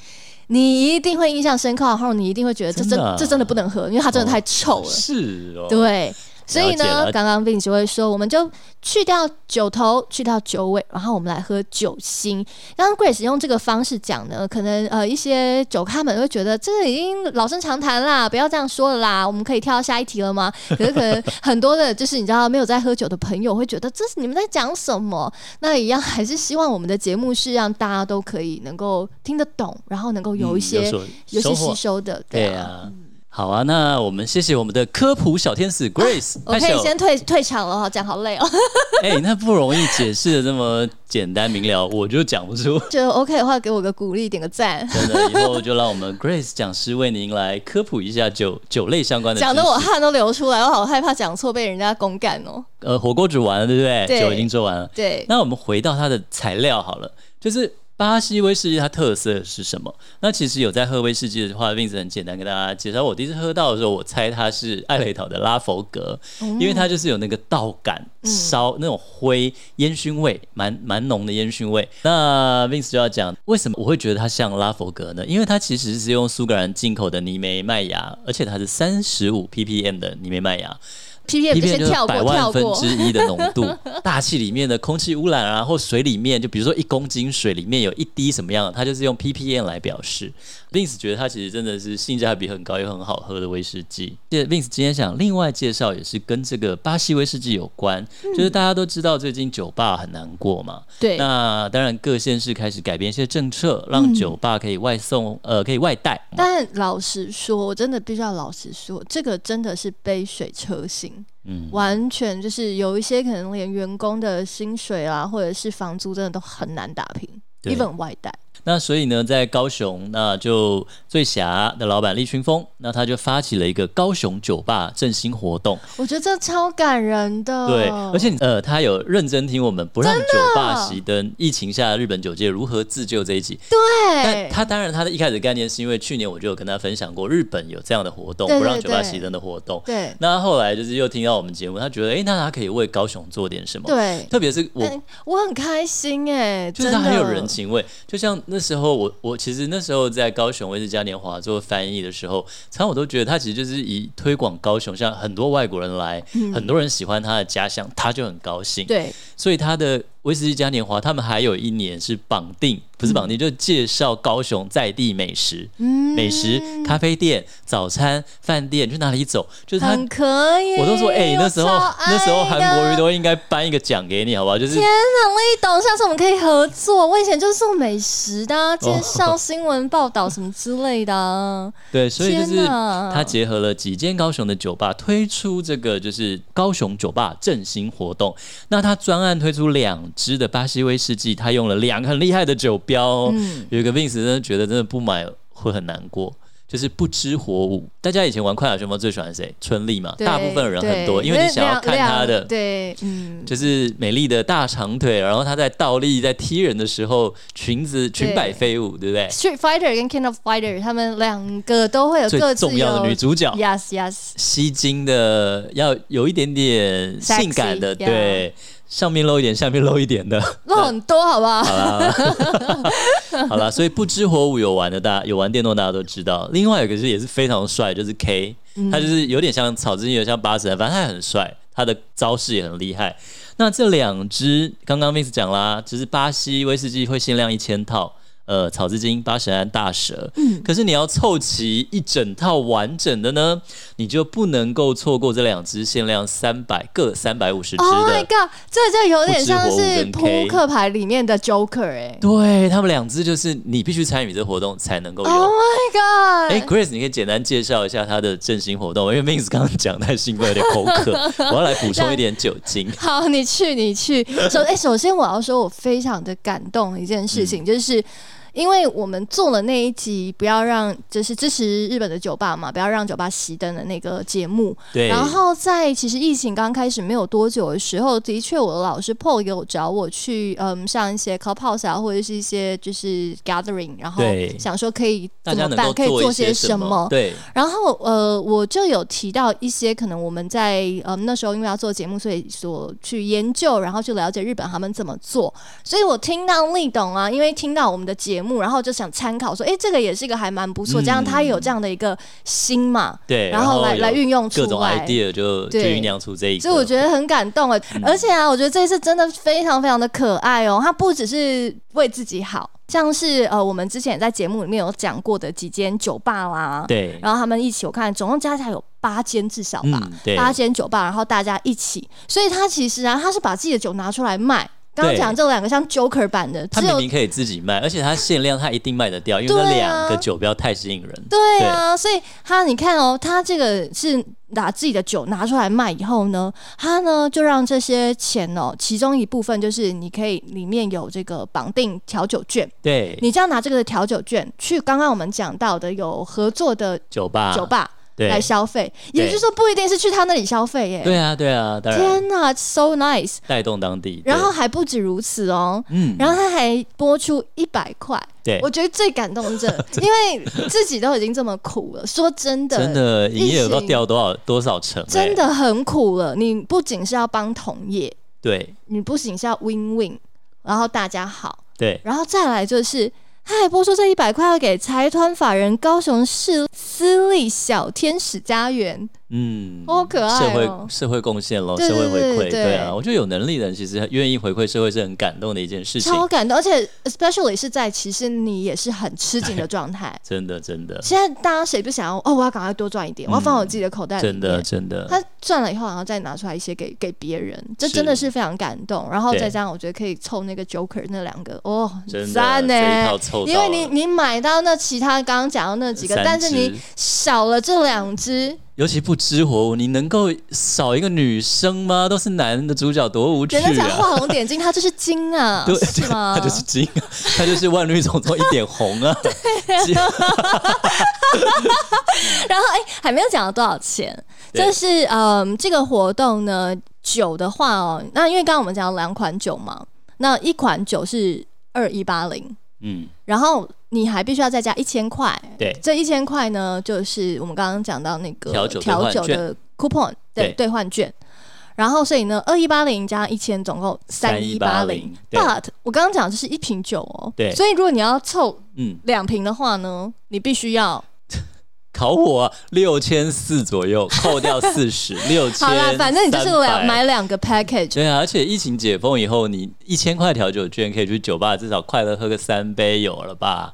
[SPEAKER 2] 你一定会印象深刻，然后你一定会觉得这真
[SPEAKER 1] 真的啊
[SPEAKER 2] 这真的不能喝，因为它真的
[SPEAKER 1] 哦
[SPEAKER 2] 太臭了。
[SPEAKER 1] 是哦，，
[SPEAKER 2] 对，所以
[SPEAKER 1] 了
[SPEAKER 2] 呢，
[SPEAKER 1] 解
[SPEAKER 2] 刚刚 Vin 就会说，我们就去掉酒头，去掉酒尾，然后我们来喝酒心。刚刚 Grace 用这个方式讲呢，可能呃一些酒咖们会觉得这个已经老生常谈啦，不要这样说了啦，我们可以跳到下一题 了吗？可是可能很多的，就是你知道没有在喝酒的朋友会觉得这是你们在讲什么？那一样还是希望我们的节目是让大家都可以能够听得懂，然后能够嗯有一些、
[SPEAKER 1] 所
[SPEAKER 2] 有
[SPEAKER 1] 收
[SPEAKER 2] 些
[SPEAKER 1] 获
[SPEAKER 2] 吸收的，
[SPEAKER 1] 对啊。好啊，那我们谢谢我们的科普小天使 Grace，
[SPEAKER 2] 啊我
[SPEAKER 1] 拍
[SPEAKER 2] 可以
[SPEAKER 1] 手
[SPEAKER 2] 先退退场了哈，讲好累哦。
[SPEAKER 1] 哎、那不容易解释的这么简单明了，我就讲不 出。
[SPEAKER 2] 觉得 OK 的话，给我个鼓励，点个赞。
[SPEAKER 1] 真的，以后就让我们 Grace 讲师为您来科普一下酒酒类相关的知识。
[SPEAKER 2] 讲的我汗都流出来，我好害怕讲错被人家公干哦。
[SPEAKER 1] 呃，火锅煮完了，对不对？
[SPEAKER 2] 对
[SPEAKER 1] 酒已经做完了。
[SPEAKER 2] 对，
[SPEAKER 1] 那我们回到它的材料好了，就是巴西威士忌它特色是什么？那其实有在喝威士忌的话，Vince 很简单跟大家介绍。我第一次喝到的时候，我猜它是艾雷岛的拉佛格，因为它就是有那个稻感烧、那种灰烟熏味，蛮蛮浓的烟熏味。那 Vince 就要讲为什么我会觉得它像拉佛格呢？因为它其实是用苏格兰进口的泥煤麦芽，而且它是三十五 ppm 的泥煤麦芽。
[SPEAKER 2] P P
[SPEAKER 1] 一
[SPEAKER 2] M
[SPEAKER 1] 片
[SPEAKER 2] 先
[SPEAKER 1] 就是
[SPEAKER 2] 跳
[SPEAKER 1] 百
[SPEAKER 2] 过，跳
[SPEAKER 1] 万分
[SPEAKER 2] 过
[SPEAKER 1] 之。一的浓 度，大气里面的空气污染啊，或水里面，就比如说一公斤水里面有一滴什么样，它就是用 ppm 来表示。Vince 觉得它其实真的是性价比很高又很好喝的威士忌。谢谢 Vince 今天想另外介绍也是跟这个巴西威士忌有关，就是大家都知道最近酒吧很难过嘛，
[SPEAKER 2] 嗯对，嗯
[SPEAKER 1] 那当然各县市开始改变一些政策，让酒吧可以外送，呃，可以外带。
[SPEAKER 2] 但老实说，我真的必须要老实说，这个真的是杯水车薪，
[SPEAKER 1] 嗯，
[SPEAKER 2] 完全就是有一些可能连员工的薪水啊，或者是房租，真的都很难打平
[SPEAKER 1] 对
[SPEAKER 2] ，even 外带。
[SPEAKER 1] 那所以呢，在高雄，那就醉侠的老板厉群峰，那他就发起了一个高雄酒吧振兴活动。
[SPEAKER 2] 我觉得这超感人的。
[SPEAKER 1] 对，而且呃，他有认真听我们不让酒吧熄灯，疫情下日本酒界如何自救这一集。但
[SPEAKER 2] 对，
[SPEAKER 1] 他当然他的一开始的概念是因为去年我就有跟他分享过，日本有这样的活动，
[SPEAKER 2] 对
[SPEAKER 1] 不让
[SPEAKER 2] 对
[SPEAKER 1] 酒吧
[SPEAKER 2] 对
[SPEAKER 1] 熄灯的活动。
[SPEAKER 2] 对
[SPEAKER 1] 那他后来就是又听到我们节目，他觉得诶，那他可以为高雄做点什么。
[SPEAKER 2] 对，
[SPEAKER 1] 特别是我
[SPEAKER 2] 但我很开心哎，
[SPEAKER 1] 就是
[SPEAKER 2] 真
[SPEAKER 1] 他
[SPEAKER 2] 的
[SPEAKER 1] 很有人情味。就像那时候我我其实那时候在高雄卫视嘉年华做翻译的时候，常常我都觉得他其实就是以推广高雄，像很多外国人来，很多人喜欢他的家乡，他就很高兴。
[SPEAKER 2] 嗯对
[SPEAKER 1] 所以他的威士忌嘉年华，他们还有一年是绑定，不是绑定，就介绍高雄在地美食、
[SPEAKER 2] 嗯
[SPEAKER 1] 美食咖啡店、早餐饭店，去哪里走，就是他。
[SPEAKER 2] 很可以。
[SPEAKER 1] 我都说，哎、那时候
[SPEAKER 2] 我超爱
[SPEAKER 1] 那时候韩国瑜
[SPEAKER 2] 的
[SPEAKER 1] 都应该颁一个奖给你，好不好？就是
[SPEAKER 2] 天哪，立董，下次我们可以合作。我以前就是做美食的、
[SPEAKER 1] 哦
[SPEAKER 2] 啊，介绍新闻报道什么之类的、啊。
[SPEAKER 1] 对，所以就是
[SPEAKER 2] 天哪
[SPEAKER 1] 它结合了几间高雄的酒吧，推出这个就是高雄酒吧振兴活动。那它专案推出两支的巴西威士忌，它用了两个很厉害的酒标、哦。
[SPEAKER 2] 嗯
[SPEAKER 1] 有一个 Vince 真的觉得真的不买会很难过。就是不知火舞，大家以前玩快打旋风最喜欢谁？春丽嘛，
[SPEAKER 2] 对
[SPEAKER 1] 大部分人很多，
[SPEAKER 2] 对
[SPEAKER 1] 因为你想要看
[SPEAKER 2] 亮
[SPEAKER 1] 她的
[SPEAKER 2] 亮对，嗯，
[SPEAKER 1] 就是美丽的大长腿，然后她在倒立在踢人的时候，裙子裙
[SPEAKER 2] 对
[SPEAKER 1] 摆飞舞，对不对？
[SPEAKER 2] Street Fighter 跟 King of Fighter 他们两个都会有各
[SPEAKER 1] 最
[SPEAKER 2] 自有
[SPEAKER 1] 重要的女主角
[SPEAKER 2] Yes, yes，
[SPEAKER 1] 吸睛的，要有一点点性感的
[SPEAKER 2] Sexy，
[SPEAKER 1] 对，上面露一点，下面露一点的，
[SPEAKER 2] 露很多好不好？
[SPEAKER 1] 啊好啦，所以不知火舞有玩的，大家有玩电动，大家都知道。另外有一个是也是非常帅，就是 K，、他就是有点像草之音，有点像八神，反正他也很帅，他的招式也很厉害。那这两支刚刚 Vince 讲啦，就是巴西威士忌会限量一千套。呃，草之金、八神庵、大蛇，可是你要凑齐一整套完整的呢，你就不能够错过这两支限量三百各三百五十支
[SPEAKER 2] Oh
[SPEAKER 1] 的
[SPEAKER 2] my god，这就有点像
[SPEAKER 1] 不知火舞
[SPEAKER 2] 是
[SPEAKER 1] 跟 K
[SPEAKER 2] 扑克牌里面的 Joker 哎、
[SPEAKER 1] 对他们两支就是你必须参与这活动才能够有。
[SPEAKER 2] Oh my god！
[SPEAKER 1] 哎、g r a c e 你可以简单介绍一下它的振兴活 动，因为 Mins 刚刚讲太兴奋，有点口渴，我要来补充一点酒精。
[SPEAKER 2] 好，你去，你去。首哎、首先我要说，我非常的感动的一件事
[SPEAKER 1] 嗯
[SPEAKER 2] 情，就是因为我们做了那一集不要让，就是支持日本的酒吧嘛，不要让酒吧熄灯的那个节目。
[SPEAKER 1] 对，
[SPEAKER 2] 然后在其实疫情刚开始没有多久的时候，的确我的老师 Paul 有找我去，嗯，上一些 clubhouse 啊，或者是一些就是 gathering，然后
[SPEAKER 1] 对
[SPEAKER 2] 想说可以
[SPEAKER 1] 大
[SPEAKER 2] 怎
[SPEAKER 1] 家
[SPEAKER 2] 么
[SPEAKER 1] 能
[SPEAKER 2] 办，
[SPEAKER 1] 够
[SPEAKER 2] 可以
[SPEAKER 1] 做
[SPEAKER 2] 做
[SPEAKER 1] 一
[SPEAKER 2] 些
[SPEAKER 1] 什
[SPEAKER 2] 什么。
[SPEAKER 1] 对，
[SPEAKER 2] 然后呃，我就有提到一些可能我们在呃那时候因为要做节目，所以所去研究，然后去了解日本他们怎么做。所以我听到立董啊，因为听到我们的节目，然后就想参考说，诶，这个也是一个还蛮不错，
[SPEAKER 1] 嗯
[SPEAKER 2] 这样他也有这样的一个心嘛，
[SPEAKER 1] 对，
[SPEAKER 2] 然后来
[SPEAKER 1] 嗯有
[SPEAKER 2] 来运用出
[SPEAKER 1] 各种
[SPEAKER 2] 来。
[SPEAKER 1] idea 就就
[SPEAKER 2] 对
[SPEAKER 1] 酝酿出这一个。
[SPEAKER 2] 所以我觉得很感动哎，而且啊，我觉得这一次真的非常非常的可爱哦。他不只是为自己好，像是呃，我们之前也在节目里面有讲过的几间酒吧啦，
[SPEAKER 1] 对，
[SPEAKER 2] 然后他们一起，我看总共加起来有八间至少吧，
[SPEAKER 1] 嗯，对，
[SPEAKER 2] 八间酒吧，然后大家一起，所以他其实啊，他是把自己的酒拿出来卖。刚刚
[SPEAKER 1] 对
[SPEAKER 2] 讲这两个像 Joker 版的，
[SPEAKER 1] 他
[SPEAKER 2] 只
[SPEAKER 1] 明
[SPEAKER 2] 有
[SPEAKER 1] 明可以自己卖，而且它限量，它一定卖得掉，因为那
[SPEAKER 2] 对啊
[SPEAKER 1] 两个酒标太吸引人。
[SPEAKER 2] 对啊，所以他你看哦，他这个是把自己的酒拿出来卖以后呢，他呢就让这些钱哦，其中一部分就是你可以里面有这个绑定调酒券，
[SPEAKER 1] 对，
[SPEAKER 2] 你这样拿这个调酒券去刚刚我们讲到的有合作的
[SPEAKER 1] 酒吧，
[SPEAKER 2] 酒，吧
[SPEAKER 1] 啊对，
[SPEAKER 2] 来消费，
[SPEAKER 1] 对
[SPEAKER 2] 也就是说不一定是去他那里消费耶。
[SPEAKER 1] 对啊，对啊，当然
[SPEAKER 2] 天呐 s o nice！
[SPEAKER 1] 带动当地。对
[SPEAKER 2] 然后，还不止如此哦，
[SPEAKER 1] 嗯，
[SPEAKER 2] 然后他还拨出一百块，
[SPEAKER 1] 对
[SPEAKER 2] 我，觉得最感动是 这，因为自己都已经这么苦了，说真的，
[SPEAKER 1] 真的营业额都
[SPEAKER 2] 疫情
[SPEAKER 1] 掉多少多少成？
[SPEAKER 2] 真
[SPEAKER 1] 哎，
[SPEAKER 2] 的很苦了。你不仅是要帮同业，
[SPEAKER 1] 对
[SPEAKER 2] 你不仅是要 win win，然后大家好，
[SPEAKER 1] 对，
[SPEAKER 2] 然后再来就是。他还拨出这一百块要给财团法人高雄市私立小天使家园，
[SPEAKER 1] 嗯，
[SPEAKER 2] 好可爱
[SPEAKER 1] 社
[SPEAKER 2] 哦
[SPEAKER 1] 会社会贡献咯，
[SPEAKER 2] 对
[SPEAKER 1] 社会回
[SPEAKER 2] 对
[SPEAKER 1] 馈，
[SPEAKER 2] 对
[SPEAKER 1] 对啊，我觉得有能力的人其实愿意回馈社会是很感动的一件事情，
[SPEAKER 2] 超感动，而且 especially 是在其实你也是很吃紧的状态。
[SPEAKER 1] 真的真的
[SPEAKER 2] 现在大家谁不想要哦？我要赶快多赚一点，我要放我自己的口袋里
[SPEAKER 1] 嗯真
[SPEAKER 2] 面。
[SPEAKER 1] 的真的，
[SPEAKER 2] 他赚了以后，然后再拿出来一些给给别人，这
[SPEAKER 1] 是
[SPEAKER 2] 真的是非常感动。然后
[SPEAKER 1] 对
[SPEAKER 2] 再加上我觉得可以凑那个 Joker 那两个哦，
[SPEAKER 1] 真的
[SPEAKER 2] 赞呢、
[SPEAKER 1] 这一套凑到
[SPEAKER 2] 因为你
[SPEAKER 1] 了
[SPEAKER 2] 你买到那其他刚刚讲到那几个，
[SPEAKER 1] 三
[SPEAKER 2] 但是
[SPEAKER 1] 只
[SPEAKER 2] 你少了这两只，
[SPEAKER 1] 尤其不知火舞，你能够少一个女生吗？都是男的主角，多无趣
[SPEAKER 2] 人家讲
[SPEAKER 1] 啊！
[SPEAKER 2] 画龙点睛，他就是金啊，
[SPEAKER 1] 对，
[SPEAKER 2] 是 吗？
[SPEAKER 1] 他就是金，他就是万绿丛中一点红 啊！金
[SPEAKER 2] 然后哎、还没有讲到多少钱，
[SPEAKER 1] 对
[SPEAKER 2] 就是嗯，这个活动呢，酒的话哦，那因为刚刚我们讲到两款酒嘛，那一款酒是二一八零，
[SPEAKER 1] 嗯，
[SPEAKER 2] 然后你还必须要再加一千块，
[SPEAKER 1] 对
[SPEAKER 2] 这一千块呢，就是我们刚刚讲到那个
[SPEAKER 1] 调酒兑
[SPEAKER 2] 调
[SPEAKER 1] 换
[SPEAKER 2] 酒的 coupon
[SPEAKER 1] 对
[SPEAKER 2] 对兑换券。然后，所以呢，二一八零加一千，总共三一八
[SPEAKER 1] 3180
[SPEAKER 2] 零。
[SPEAKER 1] 对
[SPEAKER 2] But 我刚刚讲的就是一瓶酒哦，
[SPEAKER 1] 对
[SPEAKER 2] 所以如果你要凑
[SPEAKER 1] 嗯，
[SPEAKER 2] 两瓶的话呢，你必须要
[SPEAKER 1] 考我啊六千四左右，扣掉四十，六千。
[SPEAKER 2] 好啦，反正你就是两
[SPEAKER 1] 300
[SPEAKER 2] 买两个 package，
[SPEAKER 1] 对啊，而且疫情解封以后，你一千块调酒券可以去酒吧，至少快乐喝个三杯有了吧？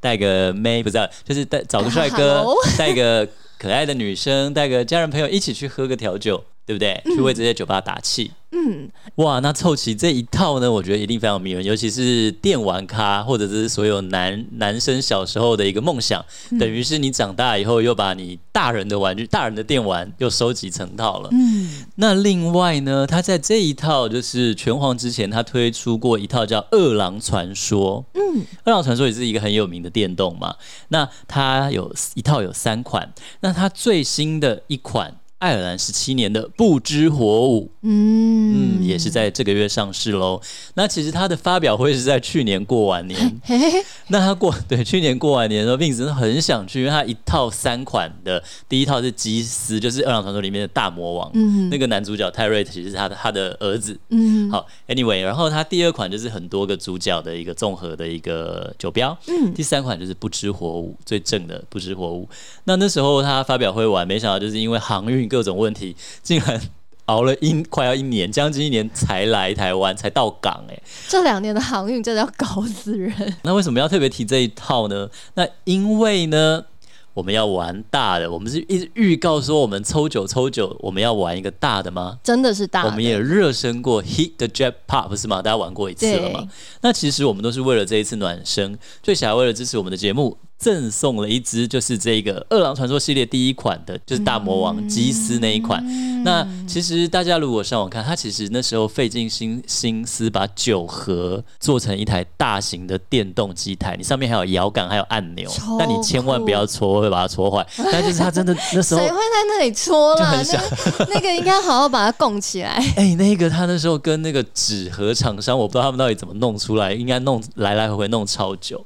[SPEAKER 1] 带个妹不是啊，就是带找个帅哥
[SPEAKER 2] Hello，
[SPEAKER 1] 带个可爱的女生，带个家人朋友一起去喝个调酒，对不对？去为这些酒吧打气。
[SPEAKER 2] 嗯，
[SPEAKER 1] 哇，那凑齐这一套呢，我觉得一定非常迷人，尤其是电玩咖，或者是所有男男生小时候的一个梦想，等于是你长大以后又把你大人的玩具、大人的电玩又收集成套了。嗯，那另外呢，他在这一套就是拳皇之前，他推出过一套叫《饿狼传说》。嗯，《饿狼传说》也是一个很有名的电动嘛。那它有一套有三款，那它最新的一款。爱尔兰十七年的不知火舞，嗯，
[SPEAKER 2] 嗯，
[SPEAKER 1] 也是在这个月上市喽。那其实它的发表会是在去年过完年，
[SPEAKER 2] 嘿嘿嘿，
[SPEAKER 1] 那他过对去年过完年的时候，Vince 真的很想去，因为他一套三款的，第一套是基斯，就是《二郎传说》里面的大魔王，
[SPEAKER 2] 嗯
[SPEAKER 1] 那个男主角泰瑞其实是他的他的儿子。
[SPEAKER 2] 嗯，
[SPEAKER 1] 好，Anyway，然后他第二款就是很多个主角的一个综合的一个酒标，
[SPEAKER 2] 嗯
[SPEAKER 1] 第三款就是不知火舞，最正的不知火舞。那那时候他发表会完，没想到就是因为航运各种问题，竟然熬了一快要一年，将近一年才来台湾，才到港哎、
[SPEAKER 2] 这两年的航运真的要搞死人，
[SPEAKER 1] 那为什么要特别提这一套呢？那因为呢，我们要玩大的，我们是一直预告说我们抽九抽九，我们要玩一个大的吗？
[SPEAKER 2] 真的是大的，
[SPEAKER 1] 我们也热身过 Hit the Jackpot 不是吗？大家玩过一次了嘛
[SPEAKER 2] 对？
[SPEAKER 1] 那其实我们都是为了这一次暖身，最小为了支持我们的节目，赠送了一支就是这个《饿狼传说》系列第一款的，就是大魔王基斯那一款。
[SPEAKER 2] 嗯
[SPEAKER 1] 那其实大家如果上网看，他其实那时候费尽心心思把九盒做成一台大型的电动机台，你上面还有摇杆，还有按钮
[SPEAKER 2] 超，
[SPEAKER 1] 但你千万
[SPEAKER 2] 酷
[SPEAKER 1] 不要戳，会把它戳坏。但就是他 真的那时候
[SPEAKER 2] 谁会在那里戳
[SPEAKER 1] 就
[SPEAKER 2] 啦？
[SPEAKER 1] 很想
[SPEAKER 2] 那个那个应该好好把它供起 来，
[SPEAKER 1] 哎、那个他那时候跟那个纸盒厂商，我不知道他们到底怎么弄出来，应该弄来来回回弄超久，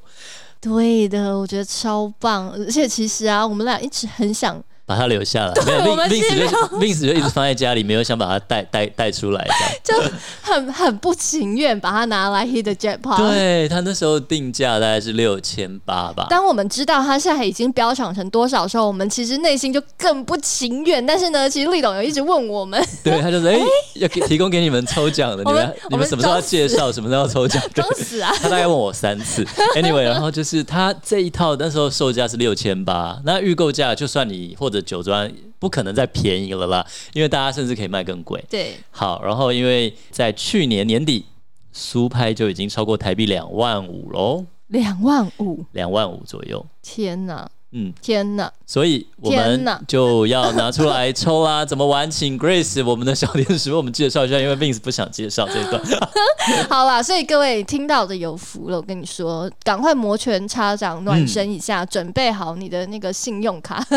[SPEAKER 2] 对的，我觉得超棒，而且其实啊，我们俩一直很想，
[SPEAKER 1] 把它留下来。没有
[SPEAKER 2] 我们
[SPEAKER 1] Vin-
[SPEAKER 2] 是
[SPEAKER 1] Vince 就
[SPEAKER 2] 没有
[SPEAKER 1] Vince 就一直放在家里，没有想把它带带带出来这样。
[SPEAKER 2] 就很很不情愿把它拿来 hit the jackpot。
[SPEAKER 1] 对他那时候定价大概是六千八吧。
[SPEAKER 2] 当我们知道它现在已经飙涨成多少的时候，我们其实内心就更不情愿。但是呢，其实立董有一直问 我们，
[SPEAKER 1] 对，他就说：“哎、要给提供给你们抽奖的，你
[SPEAKER 2] 我们
[SPEAKER 1] 们你们什么时候要介绍，什么时候要抽 奖？”对
[SPEAKER 2] 装死啊！
[SPEAKER 1] 他大概问我三次。Anyway，然后就是他这一套那时候售价是六千八，那预购价就算你或者酒庄不可能再便宜了啦，因为大家甚至可以卖更贵。
[SPEAKER 2] 对，
[SPEAKER 1] 好，然后因为在去年年底，苏拍就已经超过台币两万五喽，
[SPEAKER 2] 两万五，
[SPEAKER 1] 两万五左右。
[SPEAKER 2] 天哪，
[SPEAKER 1] 嗯，
[SPEAKER 2] 天哪！
[SPEAKER 1] 所以我
[SPEAKER 2] 天
[SPEAKER 1] 们
[SPEAKER 2] 哪
[SPEAKER 1] 就要拿出来抽啦。怎么玩？请 Grace 我们的小天使为我们介绍一下，因为 Vince 不想介绍这一 段。
[SPEAKER 2] 好啦，所以各位听到的有福了，我跟你说，赶快摩拳擦掌，暖身一下，准备好你的那个信用卡。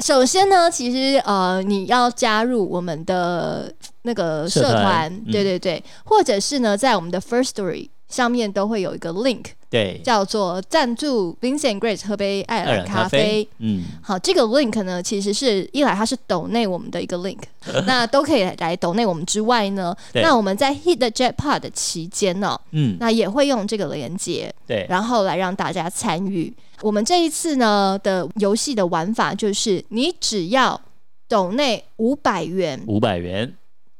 [SPEAKER 2] 首先呢，其实呃，你要加入我们的那个社
[SPEAKER 1] 社
[SPEAKER 2] 团
[SPEAKER 1] 团，嗯
[SPEAKER 2] 对对对，或者是呢，在我们的 First Story 上面都会有一个 link，
[SPEAKER 1] 对，
[SPEAKER 2] 叫做赞助 Vincent Grace 喝杯爱尔兰咖啡。，
[SPEAKER 1] 嗯，
[SPEAKER 2] 好，这个 link 呢，其实是一来它是抖内我们的一个 link，那都可以来抖内我们之外呢，
[SPEAKER 1] 对
[SPEAKER 2] 那我们在 hit the jackpot 的期间呢、
[SPEAKER 1] 嗯，
[SPEAKER 2] 那也会用这个连接，
[SPEAKER 1] 对，
[SPEAKER 2] 然后来让大家参与。我们这一次呢的游戏的玩法就是，你只要抖内五百元，
[SPEAKER 1] 五百元，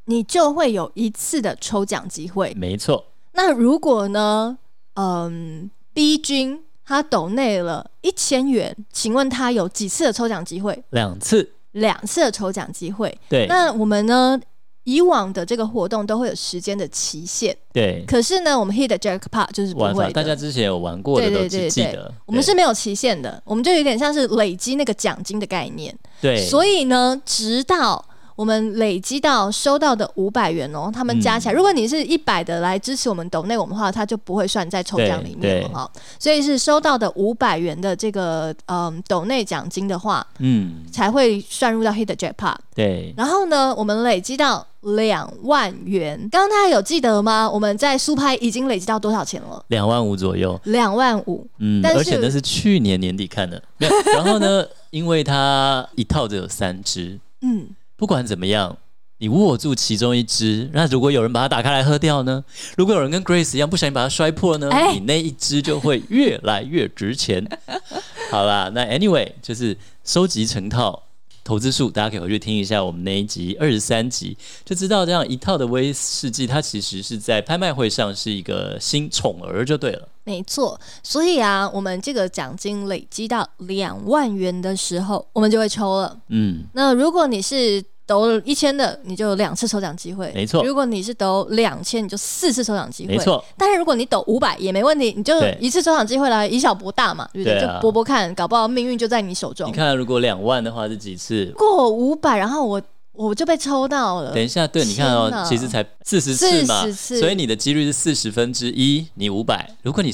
[SPEAKER 2] 你就会有一次的抽奖机会。
[SPEAKER 1] 没错，
[SPEAKER 2] 那如果呢，嗯，B 君他抖内了一千元，请问他有几次的抽奖机会？
[SPEAKER 1] 两次，
[SPEAKER 2] 两次的抽奖机会。
[SPEAKER 1] 对，
[SPEAKER 2] 那我们呢，以往的这个活动都会有时间的期限，
[SPEAKER 1] 对，
[SPEAKER 2] 可是呢，我们 hit the jackpot 就是不
[SPEAKER 1] 玩法
[SPEAKER 2] 会
[SPEAKER 1] 嗯大
[SPEAKER 2] 的。
[SPEAKER 1] 家之前有玩过的
[SPEAKER 2] 对
[SPEAKER 1] 都
[SPEAKER 2] 对对
[SPEAKER 1] 记记
[SPEAKER 2] 对
[SPEAKER 1] 得，
[SPEAKER 2] 我们
[SPEAKER 1] 对
[SPEAKER 2] 是没有期限的，我们就有点像是累积那个奖金的概念。
[SPEAKER 1] 对，
[SPEAKER 2] 所以呢，直到我们累积到收到的五百元哦，他们加
[SPEAKER 1] 嗯
[SPEAKER 2] 起来，如果你是一百的来支持我们抖内我们的话，它就不会算在抽奖里面
[SPEAKER 1] 对
[SPEAKER 2] 了
[SPEAKER 1] 对
[SPEAKER 2] 哈、所以是收到的五百元的这个嗯抖内奖金的话，
[SPEAKER 1] 嗯，
[SPEAKER 2] 才会算入到 hit the jackpot。
[SPEAKER 1] 对，
[SPEAKER 2] 然后呢，我们累积到两万元。刚刚大家有记得吗？我们在苏拍已经累积到多少钱了？
[SPEAKER 1] 两万五左右，
[SPEAKER 2] 两万五。
[SPEAKER 1] 嗯，
[SPEAKER 2] 但
[SPEAKER 1] 而且
[SPEAKER 2] 是
[SPEAKER 1] 那是去年年底看的，没有。然后 呢，因为它一套只有三只，
[SPEAKER 2] 嗯，
[SPEAKER 1] 不管怎么样，你握住其中一只，那如果有人把它打开来喝掉呢？如果有人跟 Grace 一样不小心把它摔破呢？
[SPEAKER 2] 哎
[SPEAKER 1] 你那一只就会越来越值 钱。好啦，那 anyway 就是收集成套。投资术，大家可以回去听一下我们那一集二十三集，就知道这样一套的威士忌，它其实是在拍卖会上是一个新宠儿就对了。
[SPEAKER 2] 没错。所以啊，我们这个奖金累积到两万元的时候，我们就会抽了。
[SPEAKER 1] 嗯，
[SPEAKER 2] 那如果你是抖一千的，你就有两次抽奖机会，
[SPEAKER 1] 没错
[SPEAKER 2] 如果你是抖两千，你就四次抽奖机会，
[SPEAKER 1] 没错。
[SPEAKER 2] 但是如果你抖五百也没问题，你就
[SPEAKER 1] 对
[SPEAKER 2] 一次抽奖机会来，以小博大嘛，对不对？
[SPEAKER 1] 对啊
[SPEAKER 2] 就搏搏看，搞不好命运就在你手中
[SPEAKER 1] 你。看，如果两万的话是几次？
[SPEAKER 2] 过五百，然后我我就被抽到了
[SPEAKER 1] 等。一下，对，你看
[SPEAKER 2] 天
[SPEAKER 1] 哦
[SPEAKER 2] 哪，
[SPEAKER 1] 其实才四十次嘛，
[SPEAKER 2] 40次
[SPEAKER 1] 所以你的几率是四十分之一，你五百。如果你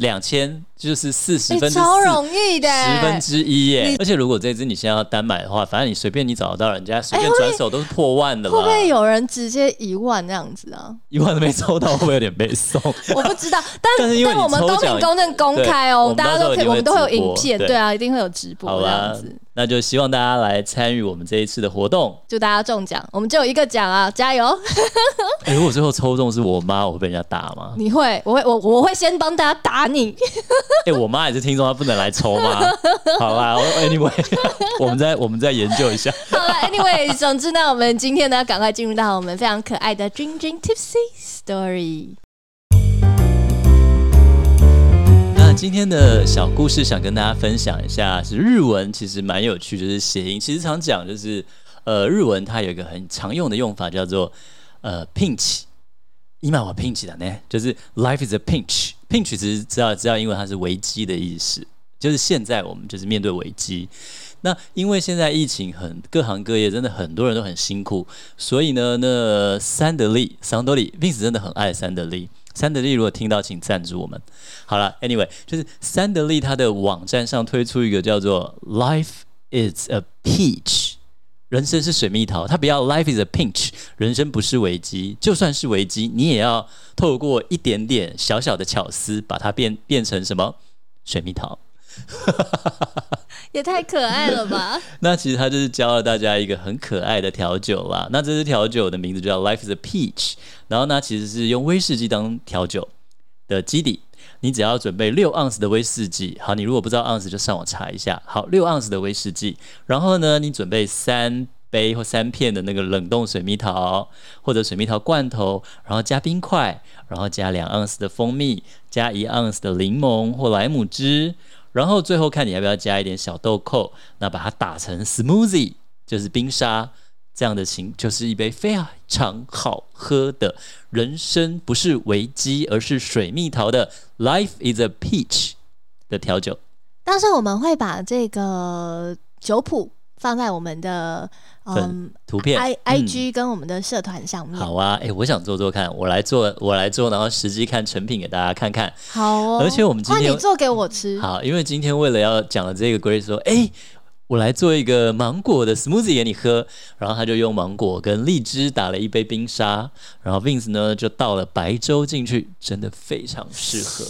[SPEAKER 1] 两千，就是四十
[SPEAKER 2] 哎、
[SPEAKER 1] 分之
[SPEAKER 2] 超
[SPEAKER 1] 四。
[SPEAKER 2] 容易的，
[SPEAKER 1] 十分之一耶！而且如果这支你现在要单买的话，反正你随便你找得到人家，随
[SPEAKER 2] 哎
[SPEAKER 1] 便转手都是破万的
[SPEAKER 2] 会不
[SPEAKER 1] 啦。
[SPEAKER 2] 会有人直接一万这样子 啊？
[SPEAKER 1] 一万都没抽到，会不会有点被送？
[SPEAKER 2] 我 不知道，但
[SPEAKER 1] 但是因为
[SPEAKER 2] 我们
[SPEAKER 1] 你
[SPEAKER 2] 公
[SPEAKER 1] 抽奖
[SPEAKER 2] 平公正公开
[SPEAKER 1] 对我
[SPEAKER 2] 哦，
[SPEAKER 1] 们
[SPEAKER 2] 大家
[SPEAKER 1] 到时候
[SPEAKER 2] 都可以，
[SPEAKER 1] 一定会
[SPEAKER 2] 我们都会有
[SPEAKER 1] 直播
[SPEAKER 2] 影片，
[SPEAKER 1] 对
[SPEAKER 2] 对啊，一定会有啊直
[SPEAKER 1] 好
[SPEAKER 2] 播这样
[SPEAKER 1] 啦
[SPEAKER 2] 子，，
[SPEAKER 1] 那就希望大家来参与我们这一次的活动。
[SPEAKER 2] 祝大家中奖，我们只有一个奖啊，加油！
[SPEAKER 1] 哎如果最后抽中是我妈，我会被人家打吗？
[SPEAKER 2] 你会，我会，我我会先帮大家打你，
[SPEAKER 1] 哎、我妈也是听众，她不能来抽吗？好啦我，Anyway，我 们再我们再研究一下。
[SPEAKER 2] 好了，Anyway，总之呢，我们今天呢，赶快进入到我们非常可爱的 Dream Dream Tipsy Story。
[SPEAKER 1] 那今天的小故事想跟大家分享一下，是日文其实蛮有趣，就是谐音。其实常讲就是，呃，日文它有一个很常用的用法叫做呃 pinch，今はピンチだね，就是 life is a pinch。pinch 其实知道知道，因为它是危机的意思，就是现在我们就是面对危机。那因为现在疫情很各行各业真的很多人都很辛苦，所以呢，那三得利、桑德利，Vince 真的很爱三得利。三得利如果听到，请赞助我们。好了，Anyway，就是三得利它的网站上推出一个叫做 Life is a Peach。人生是水蜜桃，它不要 life is a pinch，人生不是危机，就算是危机，你也要透过一点点小小的巧思，把它变变成什么水蜜桃。
[SPEAKER 2] 也太可爱了吧！
[SPEAKER 1] 那其实他就是教了大家一个很可爱的调酒啦。那这支调酒的名字就叫 Life is a Peach，然后呢，其实是用威士忌当调酒的基底。你只要准备六盎司的威士忌，好，你如果不知道盎司就上网查一下。好，六盎司的威士忌，然后呢，你准备三杯或三片的那个冷冻水蜜桃或者水蜜桃罐头，然后加冰块，然后加两盎司的蜂蜜，加一盎司的柠檬或莱姆汁，然后最后看你要不要加一点小豆蔻，那把它打成 smoothie，就是冰沙。这样的情就是一杯非常好喝的人生不是危机，而是水蜜桃的 Life is a Peach 的调酒。
[SPEAKER 2] 到时候我们会把这个酒谱放在我们的嗯
[SPEAKER 1] 图片
[SPEAKER 2] I
[SPEAKER 1] 嗯
[SPEAKER 2] I G 跟我们的社团上面。
[SPEAKER 1] 好啊，哎、我想做做看，我来做，我来做，然后实际看成品给大家看看。
[SPEAKER 2] 好哦，
[SPEAKER 1] 而且我们今
[SPEAKER 2] 换
[SPEAKER 1] 天嗯
[SPEAKER 2] 你做给我吃，
[SPEAKER 1] 好，因为今天为了要讲的这个 Grace 说，哎、我来做一个芒果的 smoothie 给你喝，然后他就用芒果跟荔枝打了一杯冰沙，然后 Vince 呢就倒了白粥进去，真的非常适合。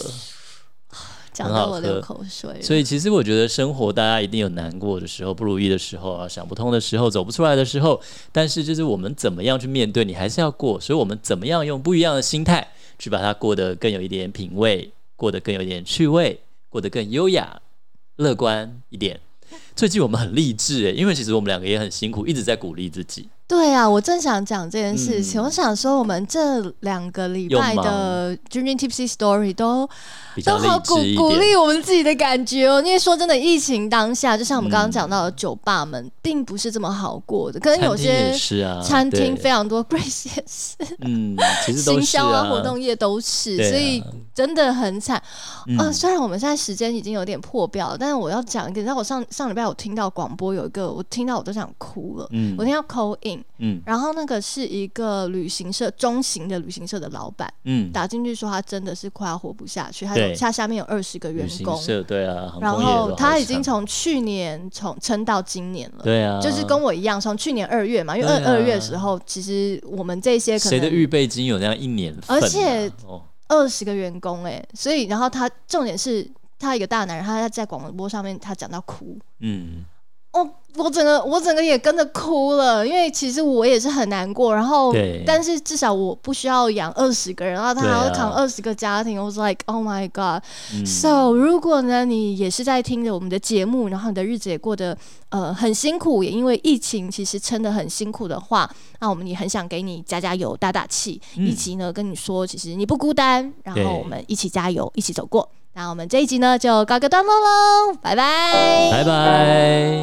[SPEAKER 2] 讲
[SPEAKER 1] 很好
[SPEAKER 2] 到我流
[SPEAKER 1] 喝
[SPEAKER 2] 口水了。
[SPEAKER 1] 所以其实我觉得生活大家一定有难过的时候、不如意的时候啊、想不通的时候、走不出来的时候，但是就是我们怎么样去面对，你还是要过。所以我们怎么样用不一样的心态去把它过得更有一点品 味，过得更有一点趣味，过得更优雅、乐观一点。最近我们很励志哎，因为其实我们两个也很辛苦，一直在鼓励自己。
[SPEAKER 2] 对啊，我正想讲这件事情。
[SPEAKER 1] 嗯
[SPEAKER 2] 我想说，我们这两个礼
[SPEAKER 1] 有
[SPEAKER 2] 拜
[SPEAKER 1] 忙
[SPEAKER 2] 的《君君 Tipsy Story》都
[SPEAKER 1] 比较
[SPEAKER 2] 都好
[SPEAKER 1] 励
[SPEAKER 2] 鼓
[SPEAKER 1] 志一
[SPEAKER 2] 鼓
[SPEAKER 1] 点。
[SPEAKER 2] 励我们自己的感觉哦。因为说真的，疫情当下，就像我们刚刚讲到的，酒吧们并不是这么好过的，可能有
[SPEAKER 1] 嗯餐厅也
[SPEAKER 2] 些
[SPEAKER 1] 是啊，
[SPEAKER 2] 餐
[SPEAKER 1] 对
[SPEAKER 2] 厅非常多，Grace 也是，
[SPEAKER 1] 嗯，其实都
[SPEAKER 2] 行
[SPEAKER 1] 是
[SPEAKER 2] 销啊活动业都是，
[SPEAKER 1] 对啊
[SPEAKER 2] 所以真的很惨。
[SPEAKER 1] 嗯
[SPEAKER 2] 嗯，虽然我们现在时间已经有点破表了，但是我要讲一个，你知道我上上礼拜我听到广播有一个，我听到我都想哭了。
[SPEAKER 1] 嗯
[SPEAKER 2] 我听到 call in，
[SPEAKER 1] 嗯
[SPEAKER 2] 然后那个是一个旅行社中型的旅行社的老板
[SPEAKER 1] 嗯，
[SPEAKER 2] 打进去说他真的是快要活不下去，他
[SPEAKER 1] 对
[SPEAKER 2] 有他下面有二十个员
[SPEAKER 1] 旅行
[SPEAKER 2] 工，
[SPEAKER 1] 社对啊，航
[SPEAKER 2] 然
[SPEAKER 1] 空业都
[SPEAKER 2] 后
[SPEAKER 1] 好
[SPEAKER 2] 他已经
[SPEAKER 1] 惨
[SPEAKER 2] 从去年从撑到今年了。
[SPEAKER 1] 对啊，
[SPEAKER 2] 就是跟我一样，从去年二月嘛，因为
[SPEAKER 1] 对
[SPEAKER 2] 二
[SPEAKER 1] 啊
[SPEAKER 2] 二月的时候，其实我们这些可
[SPEAKER 1] 谁的预
[SPEAKER 2] 能
[SPEAKER 1] 备金有那样一年份啊、
[SPEAKER 2] 而且
[SPEAKER 1] 哦，
[SPEAKER 2] 二十个员工哎、所以然后他重点是他一个大男人，他在广播上面他讲到哭，
[SPEAKER 1] 嗯，
[SPEAKER 2] 哦，我整个我整个也跟着哭了，因为其实我也是很难过，然后
[SPEAKER 1] 对
[SPEAKER 2] 但是至少我不需要养二十个人，然后他还
[SPEAKER 1] 对啊
[SPEAKER 2] 要扛二十个家庭，我说 like oh my god。
[SPEAKER 1] 嗯
[SPEAKER 2] So 如果呢你也是在听着我们的节目，然后你的日子也过得呃很辛苦，也因为疫情其实撑得很辛苦的话，那我们也很想给你加加油、打打气，
[SPEAKER 1] 嗯
[SPEAKER 2] 一起呢跟你说，其实你不孤单，然
[SPEAKER 1] 对
[SPEAKER 2] 后我们一起加油，一起走过。那我们这一集呢就告个段落喽，拜拜，
[SPEAKER 1] 拜拜。